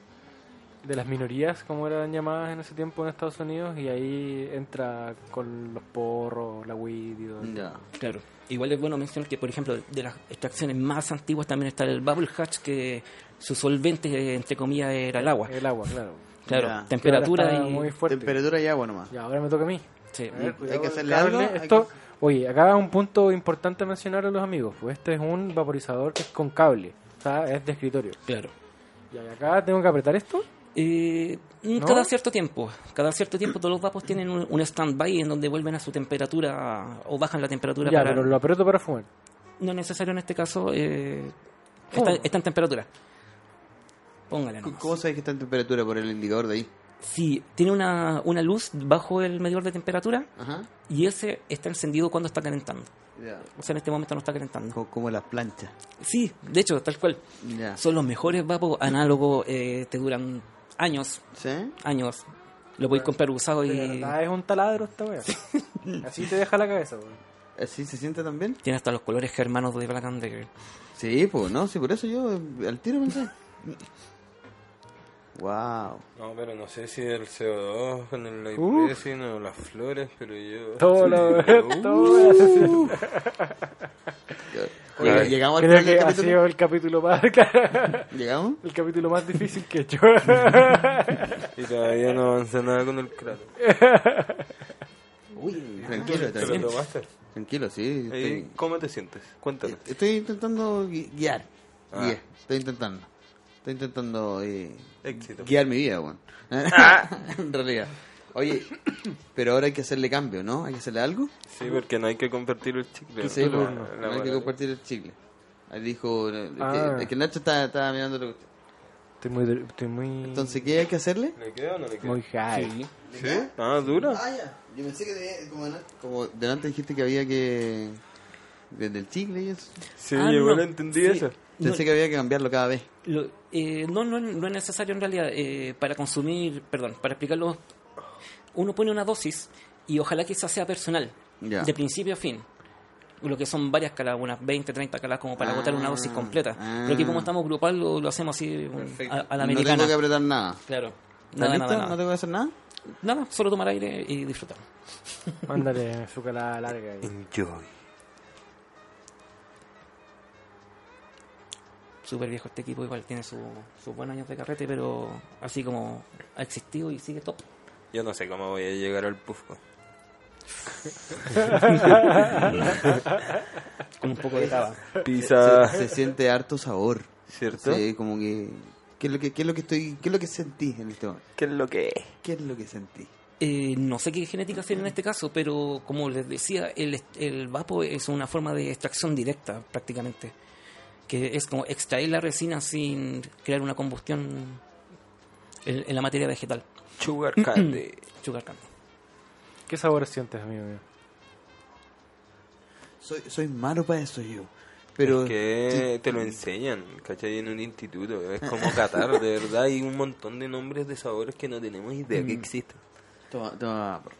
de las minorías, como eran llamadas en ese tiempo en Estados Unidos, y ahí entra con los porros, la weed y todo. Ya. Claro. Igual es bueno mencionar que, por ejemplo, de las extracciones más antiguas también está el Bubble Hatch, que su solvente, eh, entre comillas, era el agua. El agua, claro. Claro, Ya. temperatura Eh, Ahora está y... muy fuerte. Temperatura y agua nomás. Y ahora me toca a mí. Sí. A ver, Hay cuidado que con el hacerle algo, cable. hay que- Esto, Oye, acá un punto importante mencionar a los amigos. Pues este es un vaporizador que es con cable. O sea, es de escritorio. Claro. Y acá tengo que apretar esto. Eh, mm, ¿No? Cada cierto tiempo, cada cierto tiempo todos los vapos tienen un, un stand-by en donde vuelven a su temperatura o bajan la temperatura ya, para... pero lo aprieto para fumar. No es necesario en este caso, eh, Fuma. está, está en temperatura. Póngale C- nomás. ¿Cómo sabes que está en temperatura por el indicador de ahí? Sí, tiene una, una luz bajo el medidor de temperatura Ajá. y ese está encendido cuando está calentando. Ya. O sea, en este momento no está calentando. Co- Como las planchas. Sí, de hecho, tal cual. Ya. Son los mejores vapos análogos, eh, te duran años, ¿Sí? años. Lo podéis comprar usado De y verdad es un taladro esta wea. Así te deja la cabeza, weón. ¿Así se siente también? tiene hasta los colores germanos de Black and Decker. Sí, pues no, sí, por eso yo eh, al tiro pensé. wow. No, pero no sé si el CO2 con el light Uh. resin o las flores, pero yo... uh, Todo lo *laughs* todo lo- Oye, llegamos al Creo final que del ha capítulo. sido el capítulo más *laughs* claro, Llegamos. el capítulo más difícil que he hecho. *laughs* Y todavía no avanza nada con el cráter. Tranquilo, ¿Te lo tranquilo. tomaste? Tranquilo, sí. Ahí, Estoy, eh, ¿Cómo te sientes? Cuéntame. estoy intentando gui- guiar. Ah. Guía, estoy intentando. Estoy intentando eh, Éxito. guiar mi vida, weón. Ah. *laughs* en realidad. Oye, pero ahora hay que hacerle cambio, ¿no? Hay que hacerle algo. Sí, porque no hay que compartir el chicle. Sí, La- pues, la no hay que maravilla. compartir el chicle. Ahí dijo. eh, que- Ah. que, Nacho estaba, estaba mirando lo que- Estoy muy dr- estoy muy Entonces, ¿qué hay que hacerle? ¿Le queda o no le queda? muy high. ¿Sí? Ah, dura. Ah, ya. Yo pensé que tenía- como, dela- como delante dijiste que había que. Desde el chicle y eso. Sí, Ah, no, yo igual entendí sí. eso. Pensé que había que cambiarlo cada vez. Lo- eh, no, no, no es necesario en realidad eh, para consumir, perdón, para explicarlo, uno pone una dosis y ojalá que esa sea personal, Ya. de principio a fin. Lo que son varias calas, unas 20, 30 calas como para Ah, agotar una dosis completa. ah. Pero aquí como estamos grupal lo, lo hacemos así un- a, a la no americana. tengo que apretar nada. Claro. ¿Estás Nada, listo? nada, ¿No nada. tengo que hacer nada? Nada, solo tomar aire y disfrutar. Mándale su calada larga. ahí. Enjoy. súper viejo este equipo, igual tiene su- sus buenos años de carrete, pero así como ha existido y sigue top. Yo no sé cómo voy a llegar al Pufco. Con un poco de cava. Ah. Pizza, Se, se siente harto sabor. ¿cierto? Sí, como que... ¿Qué es lo que, qué es lo que estoy... ¿Qué es lo que sentí en este momento? ¿Qué es lo que es? ¿Qué es lo que sentí? Eh, no sé qué genética tiene en este caso, pero como les decía, el, est- el vapo es una forma de extracción directa prácticamente, que es como extraer la resina sin crear una combustión en, en la materia vegetal, Sugar *clears throat* candy. sugar candy. ¿Qué sabor sientes, amigo mío? Soy, soy malo para eso yo. Pero... que te lo enseñan, ¿cachai? En un instituto. Es como Qatar, de verdad. Hay un montón de nombres de sabores que no tenemos idea que existen. Toma, toma, por-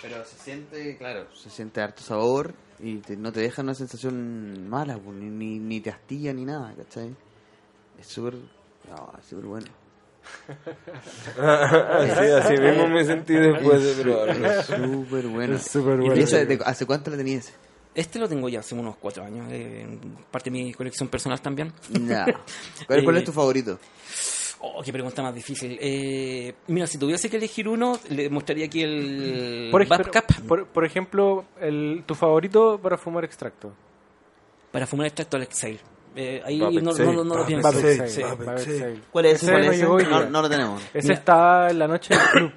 Pero se siente, claro, se siente harto sabor y te- no te deja una sensación mala, pues, ni, ni, ni te astilla ni nada, ¿cachai? Es súper, no, es súper bueno. *laughs* así, así mismo me sentí después de probarlo. Es súper bueno. Es súper ¿Y bueno. esa de- ¿Hace cuánto la tenías? Este lo tengo ya hace unos cuatro años, eh, parte de mi colección personal también. No. *laughs* ¿Cuál, cuál es tu Eh, favorito? Oh, qué pregunta más difícil. Eh, mira, si tuviese que elegir uno, le mostraría aquí el Por, ej- Babcap. pero- por- por ejemplo, el, tu favorito para fumar extracto. para fumar extracto al exhale. Eh, ahí no, Babexhale, no, no lo pienso. Babel Babexhale, Sale, sí, Babel Babel Sale. Sale. ¿Cuál es ese? ¿Cuál es? no, no llegó hoy no, día. lo tenemos. Ese Mira. está en la noche del club.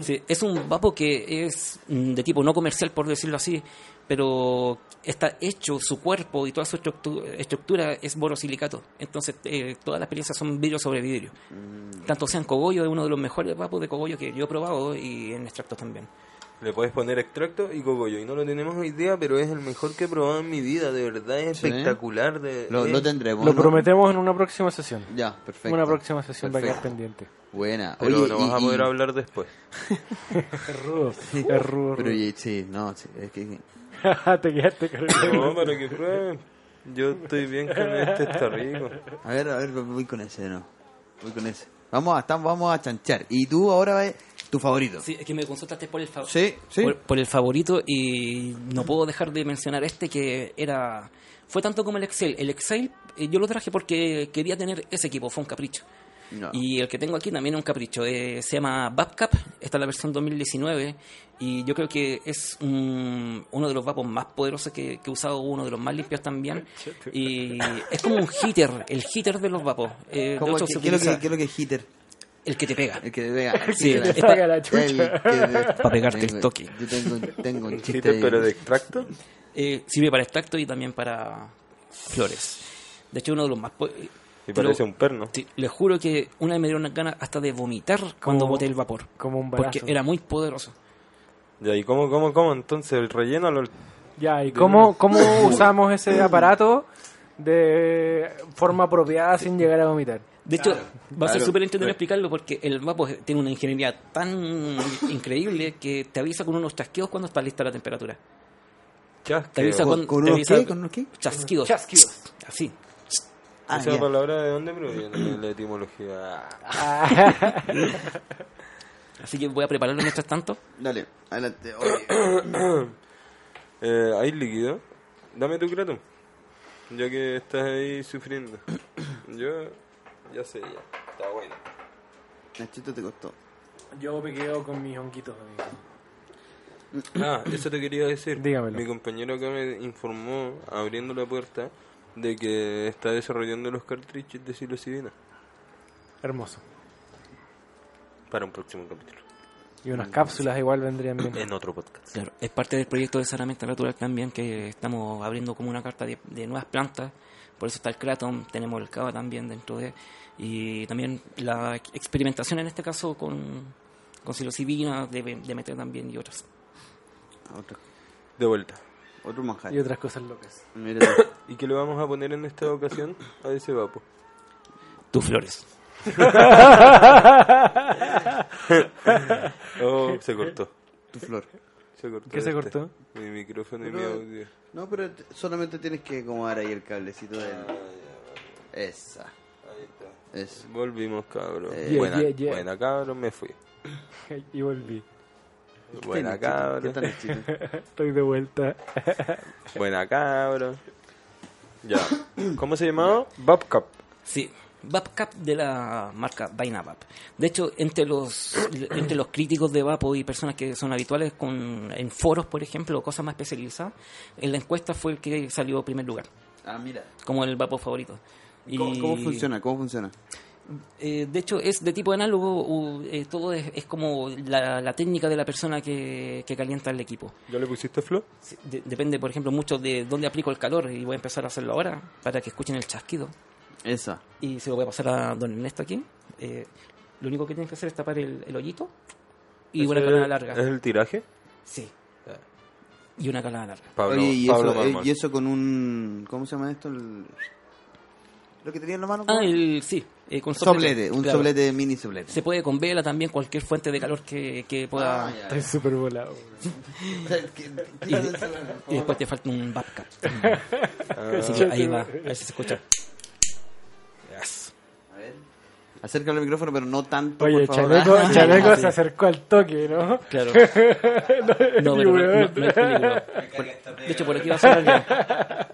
Sí, es un vapo que es mm, de tipo no comercial, por decirlo así, pero está hecho, su cuerpo y toda su estructu- estructura es borosilicato. Entonces, eh, todas las experiencias son vidrio sobre vidrio. Mm. Tanto sean cogollo, es uno de los mejores vapos de cogollo que yo he probado y en extractos también. Le puedes poner extracto y cogollo. Y no lo tenemos idea, pero es el mejor que he probado en mi vida. De verdad, es Sí. espectacular. De, Lo, es- lo tendremos. Lo ¿no? prometemos en una próxima sesión. Ya, perfecto. Una próxima sesión va a quedar Perfecto. pendiente. Buena. Pero Oye, lo y- vas a y- poder hablar después. Es rudo. Es rudo. Pero rudo. oye, sí, no, sí, es que... *laughs* Te quedaste con *laughs* el- No, para que prueben. Yo estoy bien con este, está rico. A ver, a ver, voy con ese, no. Voy con ese. Vamos a, tam- vamos a chanchar. Y tú ahora vas- tu favorito. Sí, es que me consultaste por el favorito. Sí, sí. Por, por el favorito y no puedo dejar de mencionar este que era... Fue tanto como el Excel. El Excel eh, yo lo traje porque quería tener ese equipo, fue un capricho. No. Y el que tengo aquí también es un capricho. eh, se llama Babcap, esta es la versión 2019 y yo creo que es un- uno de los vapos más poderosos que, que he usado, uno de los más limpios *laughs* también. Y es como un hitter, el hitter de los vapos. Eh, de ¿Cómo hecho, que- se ¿Qué es lo utiliza que- qué es lo que es hitter? El que te pega. El que te pega. Sí, el que te es pega. *laughs* pa- la chucha. El que- Pa' pegarte el Tengo- toque. Yo tengo, tengo un chiste. Chiste, pero de extracto. Eh, sirve para extracto y también para flores. De hecho, uno de los más... po- Y te lo- parece un perno. te- les juro que una vez me dieron unas ganas hasta de vomitar cuando boté el vapor. como Oh. un porque balazo. era muy poderoso. Ya, ¿y cómo, cómo, cómo? Entonces, el relleno lo... Ya, ¿y cómo, cómo usamos ese aparato de forma apropiada sin llegar a vomitar? De hecho, va a ser claro. súper entretenido explicarlo porque el vapo tiene una ingeniería tan increíble que te avisa con unos chasqueos cuando está lista la temperatura. Te avisa chasqueo. ¿Con- con, con te unos avisa- qué? ¿Con unos qué? Chasqueos. Así. Ah, ¿Esa ya. palabra de dónde proviene la etimología? Así que voy a prepararlo mientras tanto. Dale, adelante. *coughs* Oye, Eh, ¿Hay líquido? Dame tu grato. Ya que estás ahí sufriendo. Yo... Ya sé, ya. Está bueno. Nachito te costó. Yo me quedo con mis honquitos, Ah, eso te quería decir. Dígamelo. Mi compañero acá me informó, abriendo la puerta, de que está desarrollando los cartridges de psilocibina Hermoso. para un próximo capítulo. Y unas cápsulas igual vendrían bien. En otro podcast. Claro, es parte del proyecto de Saramenta Natural también, que estamos abriendo como una carta de, de nuevas plantas. Por eso está el Kratom, tenemos el Cava también dentro de. Y también la ex- experimentación en este caso con, con psilocibina, de, de meter también y otras. Ah, Otro, De vuelta. otro manjar. Y otras cosas locas. Mira tú. ¿Y qué le vamos a poner en esta ocasión a ese vapo? Tus flores. Oh, se cortó. tu *coughs* flor. Se cortó ¿Qué se este. cortó? Mi micrófono y mi Pero- audio. No, pero t- solamente tienes que acomodar ahí el cablecito del... Esa. Ah, Ahí está. Esa. Volvimos, cabrón. Eh, Yeah, buena, yeah, yeah. buena, cabrón, me fui. *laughs* y volví. Buena, *laughs* cabra. ¿Qué cabrón. tal, Nachito? Estoy de vuelta. Buena, cabrón. *coughs* Ya. ¿Cómo se llamaba? Babcap. Sí, Vapcap de la marca Dynavap. De hecho, entre los entre los críticos de Vapo y personas que son habituales con, en foros, por ejemplo, o cosas más especializadas, en la encuesta fue el que salió en primer lugar, Ah, mira. como el Vapo favorito. Y, ¿Cómo, cómo funciona? ¿Cómo funciona? eh, de hecho, es de tipo análogo, u- eh, todo es, es como la, la técnica de la persona que, que calienta el equipo. ¿Ya le pusiste flow? Sí, de- depende, por ejemplo, mucho de dónde aplico el calor y voy a empezar a hacerlo ahora para que escuchen el chasquido. Esa. y se lo voy a pasar a don Ernesto aquí. Eh, lo único que tienen que hacer es tapar el, el hoyito y una calada larga. eh. ¿Es el tiraje? Sí. Y una calada larga. Pablo, Oye, y, Pablo eso, eh, Mármol. y eso con un... ¿Cómo se llama esto? El- Lo que tenía en la mano. Ah, ¿cómo? el, sí, eh, con soplete. Un claro. soplete, mini soplete. Se puede con vela también, cualquier fuente de calor que, que pueda. Ah, ya, Estoy súper volado. *laughs* *laughs* y, y después te falta un backup. Ah, Así que ahí va, a ver si se escucha. A ver. Acércale al micrófono, pero no tanto, Oye, por favor. Chaleco, *laughs* Ah, Chaleco sí. se acercó al toque, ¿no? *laughs* Claro. no, *laughs* No, pero no, no- no hay peligro. Por- de hecho, por aquí va a sonar ya.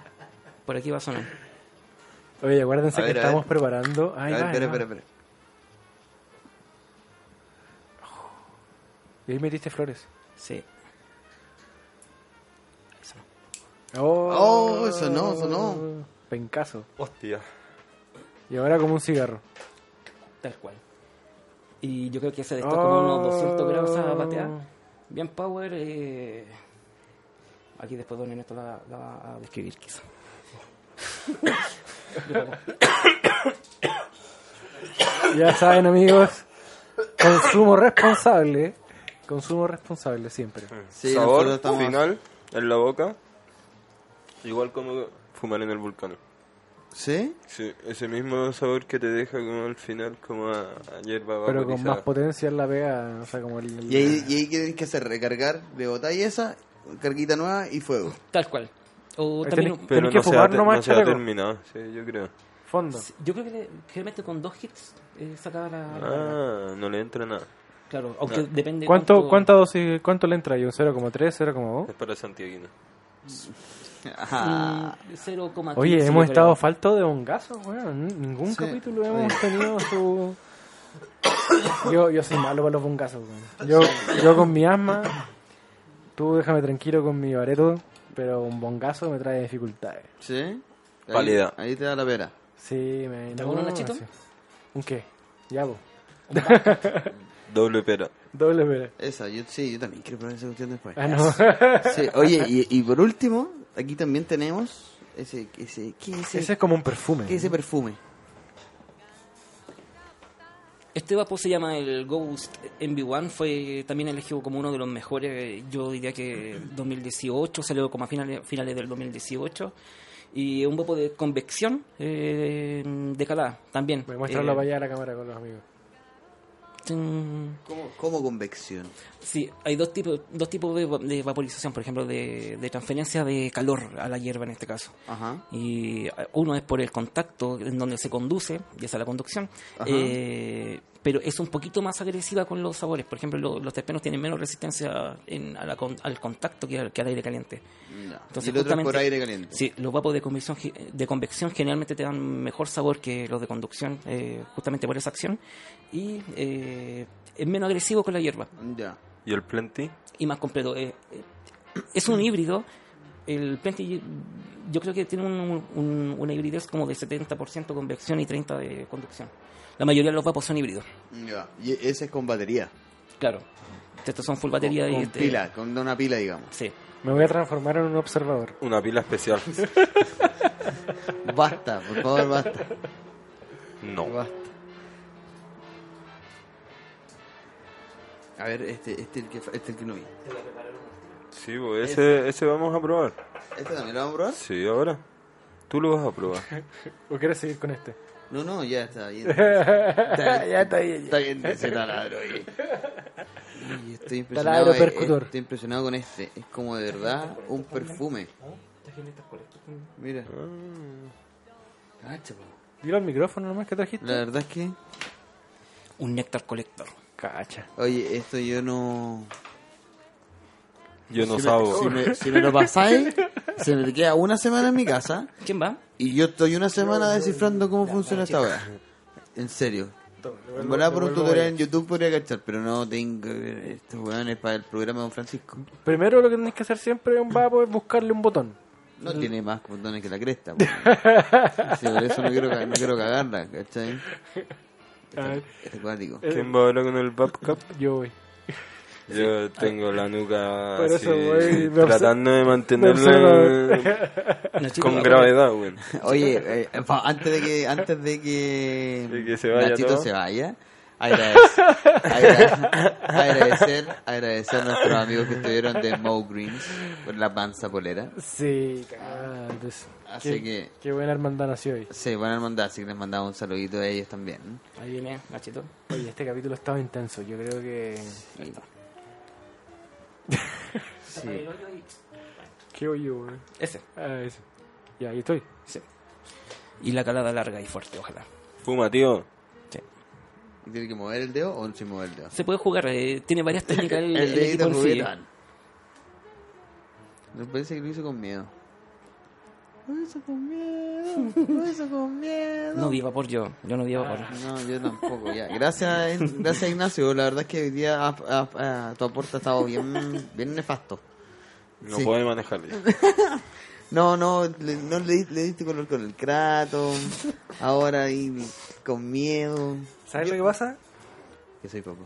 Por aquí va a sonar. Oye, acuérdense A que ver, a ver. estamos preparando. A Ay, ver, va, espera, va. espera, espera. Y ahí metiste flores. Sí. Ahí sonó. Oh, Oh, sonó, sonó. Pencaso. Hostia. Y ahora como un cigarro. Tal cual. Y yo creo que se está como unos 200 grados a patear. Bien power. eh, Aquí después Don Ernesto la, la va a describir quizá. Ya saben, amigos. Consumo responsable. Consumo responsable siempre. Sí, Sabor nosotros estamos- final en la boca. Igual como fumar en el volcán. ¿Sí? Sí, ese mismo sabor que te deja como al final, como a, a hierba Pero con vaporizada. más potencia en la pega. O sea, como el. el- Y ahí, y ahí ¿qué tenés que hacer recargar de botella esa, carguita nueva y *laughs* fuego. Tal cual. O Ahí también, tenés- un- Pero Tenés que no se, fumar ha, te- nomás, no se ha chaleco. terminado, sí, yo creo. Fondo. yo creo que le- generalmente con dos hits eh, sacaba la. la- Ah, no le entra nada. Claro, aunque depende. Ah. ¿Cuánto, ¿Cuánta dosis, ¿Cuánto le entra ahí? ¿Un 0,3? Es ¿0,2? para Santiaguino. Ah, Mm, 0,15 Oye, hemos yo estado creo. falto de hongazos, weón. Ningún Sí. capítulo hemos tenido su. *coughs* Yo, yo soy malo para los bongazos, weón. Yo, yo con mi asma, tú déjame tranquilo con mi bareto, pero un bongazo me trae dificultades. ¿Sí? Ahí- Válida. Ahí, te da la pera. Sí, me. ¿Te acuerdas, Nachito? sí. ¿Un qué? Ya, po. Doble pera. Doble pera. Esa, yo, sí, yo también quiero probar esa cuestión después. Ah, no. Sí, oye, y, y por último, aquí también tenemos ese, ese, ¿qué es ese, *laughs* Ese es como un perfume. qué es ese perfume? Este vapor se llama el Ghost MB1, fue también elegido como uno de los mejores, yo diría que 2018, salió como a finales, finales del 2018, y es un vapor de convección eh, de calada también. Voy a Eh, mostrarlo para allá a la cámara con los amigos. tin. ¿Cómo, cómo convección? Sí, hay dos tipos, dos tipos de, va- de vaporización, por ejemplo, de, de transferencia de calor a la hierba en este caso. Ajá. y eh, uno es por el contacto en donde se conduce, y esa es la conducción, Ajá. eh, pero es un poquito más agresiva con los sabores. Por ejemplo, lo- los terpenos tienen menos resistencia en- a la con- al contacto que al, que al aire caliente. No. Entonces, y el otro es por justamente- aire caliente. Sí, los vapos de convección, ge- de convección generalmente te dan mejor sabor que los de conducción, eh, justamente por esa acción, y eh, es menos agresivo con la hierba Ya. ¿Y el plenty? y más completo. Eh, eh, es un híbrido. El Plenty yo creo que tiene un, un- una hibridez como de 70% convección y 30% de conducción. La mayoría de los vapos son híbridos. Ya. Y ese es con batería. Claro. Estos son full batería con y... con este- pila, con una pila, digamos. Sí. Me voy a transformar en un observador. Una pila *laughs* especial. Basta, por favor, *laughs* basta. no. Basta. A ver, este, este, el que, fa- este el que no vi. Sí, bo, ese, ese vamos a probar. ¿Este también lo vamos a probar? Sí, ahora. Tú lo vas a *laughs* probar. ¿O quieres seguir con este? No, no, ya está *laughs* bien. Está bien, ya está bien. Está bien ese taladro, oye. Oye, estoy impresionado. Taladro eh, percutor. Estoy impresionado con este. Es como de verdad un perfume. Mira. Cacha, po. Dilo al micrófono nomás que trajiste. La verdad es que. Un néctar colector. Cacha. Oye, esto yo no. Yo no si sabo. *laughs* Me, si, me, si me lo pasáis, se me queda una semana en mi casa ¿Quién va? Y yo estoy una semana descifrando cómo funciona esta hora. En serio. En volada por un tutorial en YouTube podría cachar, pero no tengo. Estos weones para el programa de Don Francisco. Primero lo que tenés que hacer siempre en Vapo es buscarle un botón. No tiene más botones que la cresta. po. *laughs* Sí, por eso no quiero, ca- no quiero cagarla, ¿cachai? Este A ver, Es acuático. ¿Quién va ahora con el PubCap? yo voy. Yo tengo la nuca Por así, eso, güey, me tratando de me mantenerla Nachito, con va- gravedad, güey. *laughs* Oye, eh, fa- antes de que antes de *laughs* que, De que se vaya Nachito todo. se vaya, agradecer, agra- agradecer, agradecer a nuestros amigos que estuvieron de Mo Greens por la panza polera. Sí, antes. Así que- Qué buena hermandad nació hoy. Sí, buena hermandad, así que les mandaba un saludito a ellos también. Ahí viene, Nachito. Oye, este capítulo estaba intenso. Yo creo que. Ahí está. Sí. ¿Qué hoyo, güey? Ese, Ah, eso. Ya, ahí estoy. sí. Y la calada larga y fuerte, ojalá. Fuma, tío. Sí. ¿Y tiene que mover el dedo o no sin mover el dedo? Se puede jugar, eh, tiene varias técnicas el, el El equipo dedito en sí. juguetón. No parece que lo hizo con miedo. Lo hizo con miedo, lo hizo con miedo. No vi vapor yo, yo no vi vapor. No, yo tampoco, ya. Gracias, eh, gracias Ignacio. La verdad es que hoy día ah, ah, ah, tu aporte ha estado bien, bien nefasto. No Sí. puede *laughs* manejarlo. ya. No, no, le, no le, di- le diste color con el crato, ahora ahí con miedo. ¿Sabes lo que pasa? Que soy papá.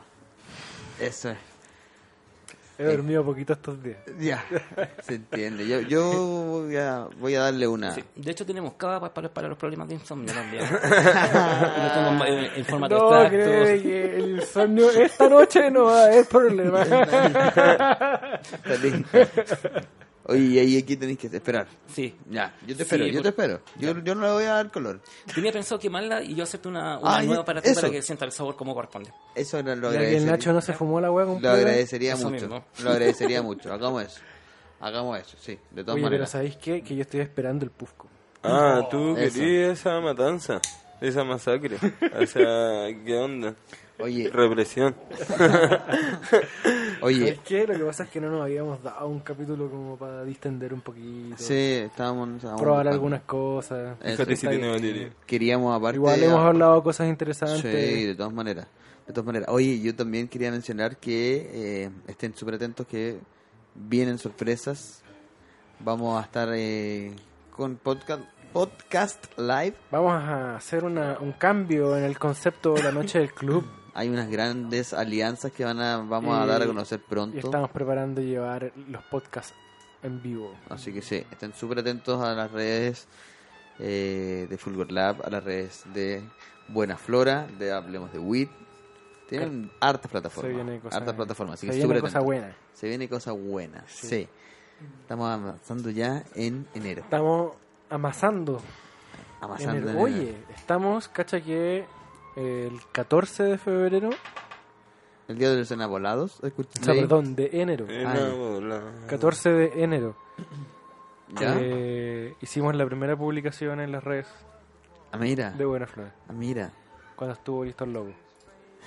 Eso es. He dormido poquito estos días. Ya, se entiende. Yo, yo voy, a, voy a darle una. Sí. De hecho tenemos cava pa- para, para los problemas de insomnio *laughs* también. Lo tengo en, en formato No, extracto. cree que el sueño esta noche no va a haber *laughs* problema. Está listo. Oye, y ahí aquí tenéis que esperar. Sí. Ya, yo te espero, Sí, yo por- te espero. Yo, yo no le voy a dar color. Tenía pensado quemarla y yo hacerte una, una Ah, nueva y- para ti eso. para que sienta el sabor como corresponde. Eso era lo Ya que el agradecería. Nacho no se fumó la hueá Lo completa. agradecería Eso mucho. mismo. Lo agradecería mucho. Hagamos eso. Hagamos eso, sí. De Oye, todas pero maneras. ¿sabéis qué? Que yo estoy esperando el Pufco. Ah, tú eso. querías esa matanza, esa masacre. O sea, ¿qué onda? Oye, *laughs* Represión. oye. ¿Sabéis qué? Lo que pasa es que no nos habíamos dado un capítulo como para distender un poquito. Sí, estábamos. estábamos Probar buscando. algunas cosas. Eso. Fíjate si Está tiene bien. batería. Queríamos aparte. Igual hemos ah, hablado cosas Sí, interesantes. de todas maneras. De todas maneras. Oye, yo también quería mencionar que eh, estén súper atentos que vienen sorpresas. Vamos a estar eh, con podcast, podcast live. Vamos a hacer una- un cambio en el concepto de la noche del *laughs* club. Hay unas grandes alianzas que van a, vamos a Y- dar a conocer Eh, Y pronto. estamos preparando llevar los podcasts en vivo. Así que sí, estén súper atentos a las redes eh, de Fulgor Lab, a las redes de Buena Flora, de Hablemos de WIT. Tienen hartas Eh, Se plataformas. viene cosa, hartas plataformas, así se que viene súper cosa atentos. buena. Se viene cosa buena, sí. Estamos avanzando ya en enero. Estamos amasando. Amasando enero. en enero. Oye, estamos, cacha que eh, el 14 de febrero, El día de los enabolados. escucha- o sea, leí. perdón, de enero, Eh, Ah, no, ya. bola. 14 de enero, ¿Ya? eh, hicimos la primera publicación en las redes Ah, mira. de Buena Flor, Ah, mira. *laughs* cuando estuvo listo el logo.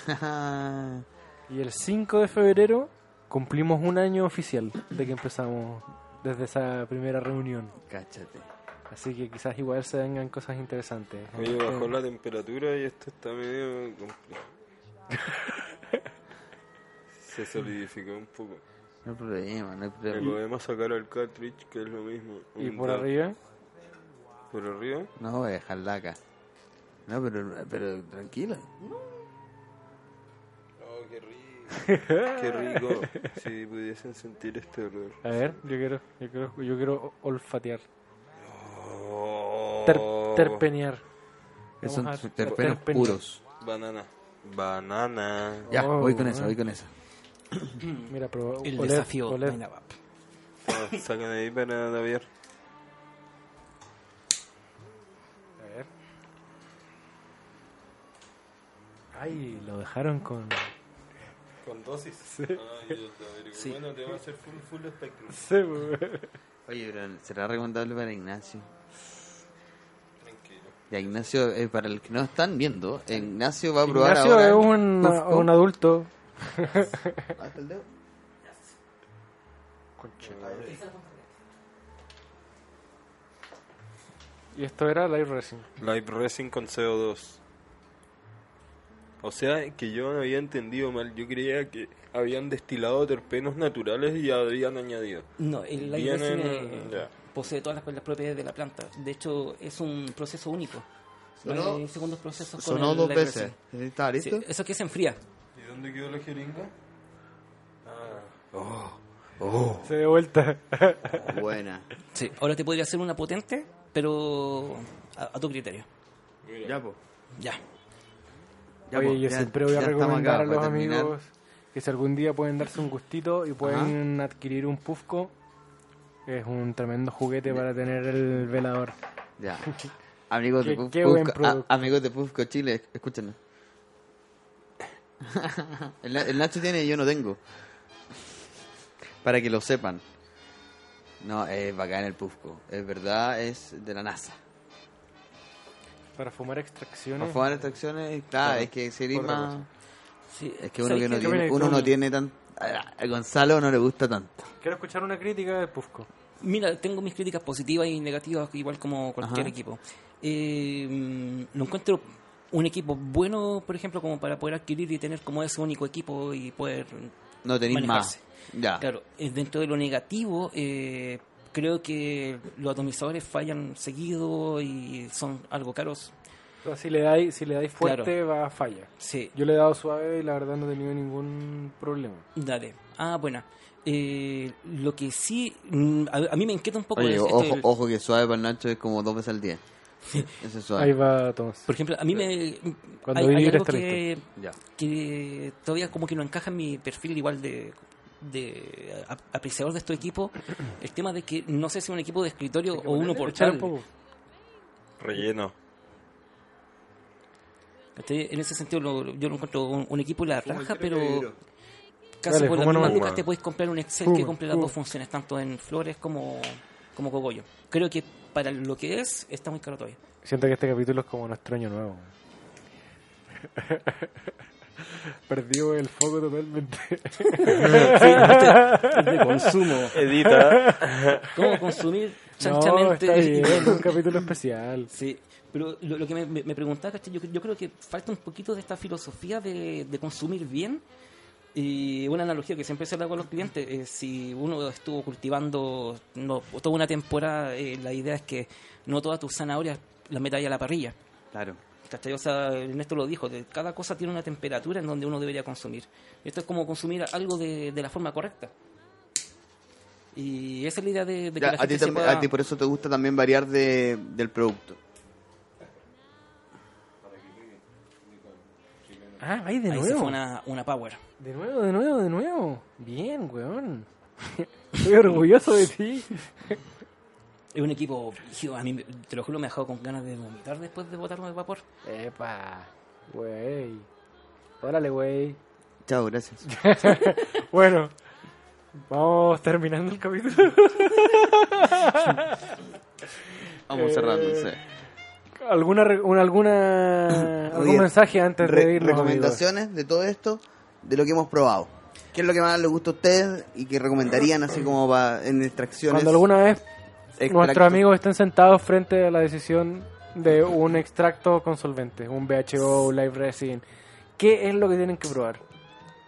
Jaja. Y el 5 de febrero cumplimos un año oficial de que empezamos desde esa primera reunión. Cáchate. Así que quizás igual se vengan cosas interesantes. Oye, bajó la temperatura y esto está medio complicado. Se solidificó un poco. No hay problema, no hay Le problema. podemos sacar al cartridge, que es lo mismo. Y Un por dab- arriba, Por arriba. No voy a dejarla acá. No, pero, pero tranquila. Oh, qué rico. qué rico. Si pudiesen sentir este olor. a ver, yo quiero, yo quiero, yo quiero olfatear, Oh. ter- terpenear. Vamos Son a- sus a terpenos terpenear. puros. Banana. Banana. Ya, Oh, voy con bueno. esa, voy con esa. Mira, pero El oler- desafío oler. Dynavap. Ah, Sacan ahí para Javier. Ay, lo dejaron con. Con dosis. Sí. Bueno, te va a hacer full, full espectro. Oye, pero será recomendable para Ignacio. Ya, Ignacio, eh, para los que no están viendo, Ignacio va a probar Ignacio ahora. es un, Uf, uf. un adulto. Hasta el dedo. Y esto era Live Resin. Live Resin con CO2. O sea, que yo no había entendido mal. Yo creía que habían destilado terpenos naturales y habían añadido. No, el live Vienen- resin eh, ya. posee todas las, las propiedades de la planta. De hecho, es un proceso único. No Sonó- hay segundos procesos con Sonó el dos live veces. resin. ¿Está Sí, listo? eso que se enfría. ¿Y dónde quedó la jeringa? Se de vuelta. *laughs* Buena. Sí. Ahora te podría hacer una potente, pero a, a tu criterio. Ya, po. Ya. Ya, Oye, pues, yo ya- siempre voy a ya estamos recomendar acá pues, a los para terminar. amigos que si algún día pueden darse un gustito y pueden adquirir un Pufco, es un tremendo juguete para tener el velador. Ya. Amigos de Qué- Puf- qué buen Pufco, producto. a- amigos de Pufco Chile, escúchenos. *laughs* el, Na- el Nacho tiene y yo no tengo. Para que lo sepan. No, es bacán el Pufco. Es verdad, es de la NASA. Para fumar extracciones. Para fumar extracciones, claro, es que sería por más... Sí, Es que uno, ¿sabes que no qué? Yo tiene, me- uno yo no me- tiene tan... A a Gonzalo no le gusta tanto. Quiero escuchar una crítica de Pufco. Mira, tengo mis críticas positivas y negativas, igual como cualquier Ajá. equipo. Eh, mm, lo encuentro un equipo bueno, por ejemplo, como para poder adquirir y tener como ese único equipo y poder No tenéis más. Manejarse. Ya. Claro, eh, dentro de lo negativo, eh, creo que los atomizadores fallan seguido y son algo caros. O sea, si le dais, si le dais fuerte, Claro. va a falla. Sí, Yo le he dado suave y la verdad no he tenido ningún problema. dale. Ah, bueno. Eh, lo que sí, mm, a, a mí me inquieta un poco. Oye, es esto ojo, del- ojo que suave para el Nacho es como dos veces al día. Ese es Ahí suave. va Tomás. Por ejemplo, a mí me. Eh, Cuando hay, vi hay libre algo está que, Ya. que todavía como que no encaja en mi perfil igual de, de a- apreciador de estos equipos. El tema de que no sé si es un equipo de escritorio o Echar uno un portable. poco. *laughs* Relleno. ¿Cachai? En ese sentido, lo- yo lo encuentro un, un equipo la raja, pero casi Dale, por fuma las mismas nomás. lucas te puedes comprar un Excel Fuma, que cumple las fuma. dos funciones, tanto en flores como, como cogollo. Creo que para lo que es, está muy caro *laughs* todavía. Siento que este capítulo es como nuestro año nuevo. *laughs* Perdió el foco totalmente. De consumo. Edita. ¿Cómo consumir No, chanchamente? está *laughs* *laughs* bien, un capítulo especial. Sí, pero lo, lo que me, me- me preguntaba, ¿cachai? yo, yo creo que falta un poquito de esta filosofía de, de consumir bien. Y una analogía que siempre se le hago a los clientes, eh, si uno estuvo cultivando no, toda una temporada, eh, la idea es que no todas tus zanahorias las metas ahí a la parrilla. Claro. ¿Cachai? O sea, Ernesto lo dijo, de- cada cosa tiene una temperatura en donde uno debería consumir. Esto es como consumir algo de, de la forma correcta. Y esa es la idea de, de que Ya, la a, ti gente se tam- pueda- a ti por eso te gusta también variar de, del producto. Ah, ahí de Ahí se nuevo. fue una, una power. De nuevo, de nuevo, de nuevo. Bien, weón. *laughs* Estoy orgulloso de ti. Es un equipo, brígido, a mí, me- te lo juro, me ha dejado con ganas de vomitar después de botarme el vapor. Epa, güey. Órale, güey. Chao, *laughs* gracias. Bueno, vamos terminando el capítulo. Vamos Eh, cerrando. sí. *laughs* ¿Alguna, re- un- alguna, algún Oye, mensaje antes Re- de irnos? recomendaciones de todo esto, de lo que hemos probado. ¿Qué es lo que más les gusta a ustedes y que recomendarían así como para, en amigos? extracciones? Cuando alguna vez Extracto. nuestros amigos estén sentados frente a la decisión de un extracto con solvente, un BHO, un live resin, ¿qué es lo que tienen que probar?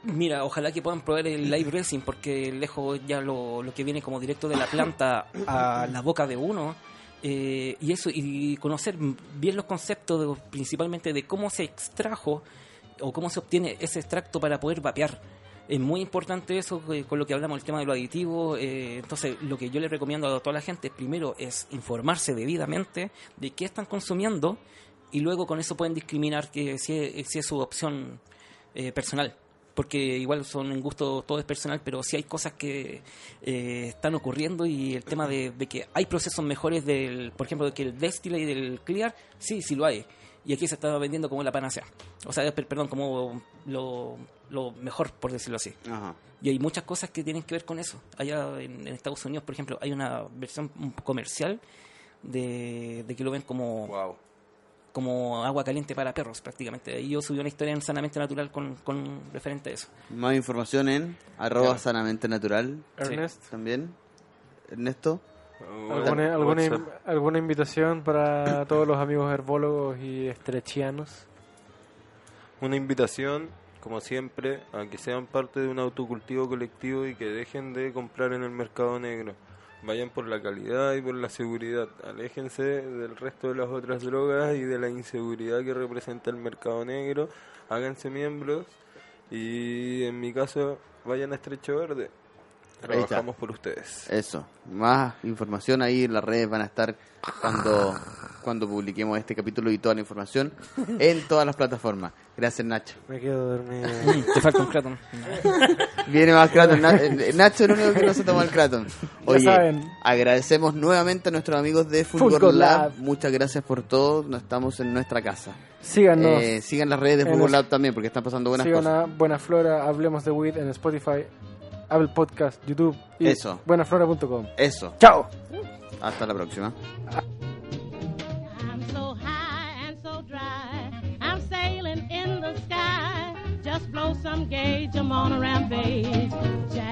Mira, ojalá que puedan probar el live resin, porque lejos ya lo, lo que viene como directo de la planta a la boca de uno. eh, y eso, y conocer bien los conceptos, de- principalmente de cómo se extrajo o cómo se obtiene ese extracto para poder vapear. Es muy importante eso eh, con lo que hablamos, el tema de los aditivos. eh, entonces, lo que yo le recomiendo a toda la gente primero es informarse debidamente de qué están consumiendo y luego con eso pueden discriminar que si es, si es su opción eh, personal. Porque igual son en gusto, todo es personal, pero sí hay cosas que eh, están ocurriendo y el tema de, de que hay procesos mejores del, por ejemplo, de que el destile y del clear, sí, sí lo hay. Y aquí se está vendiendo como la panacea. O sea, per- perdón, como lo, lo mejor, por decirlo así. Ajá. Y hay muchas cosas que tienen que ver con eso. Allá en, en Estados Unidos, por ejemplo, hay una versión comercial de, de que lo ven como Wow. como agua caliente para perros prácticamente. Y yo subí una historia en Sanamente Natural con, con referente a eso. Más información en arroba sanamente natural Ernest, también. Ernesto. ¿Alguna, alguna, in- alguna invitación para todos los amigos herbólogos y estrechianos? Una invitación, como siempre, a que sean parte de un autocultivo colectivo y que dejen de comprar en el mercado negro. Vayan por la calidad y por la seguridad. Aléjense del resto de las otras drogas y de la inseguridad que representa el mercado negro. Háganse miembros y, en mi caso, vayan a Estrecho Verde. Ahí está. Trabajamos por ustedes. Eso. Más información ahí en las redes van a estar cuando, cuando publiquemos este capítulo y toda la información en todas las plataformas. Gracias, Nacho. Me quedo dormido. *laughs* Te falta un *laughs* Kratom. Viene más Kratom. Na- eh, Nacho es el único que no se toma el Kratom. Oye, saben. agradecemos nuevamente a nuestros amigos de Fulgor, Fulgor Lab. Lab. Muchas gracias por todo. Nos estamos en nuestra casa. Síganos. Eh, sigan las redes de En Fulgor es- Lab también porque están pasando buenas Sigan cosas. a Buena Flora, hablemos de weed en Spotify, Apple Podcast, YouTube y Eso. buenaflora.com. Eso. ¡Chao! Hasta la próxima. I'm so high and so dry. I'm sailing in the sky. Just blow some gauge. I'm on a rampage. Jack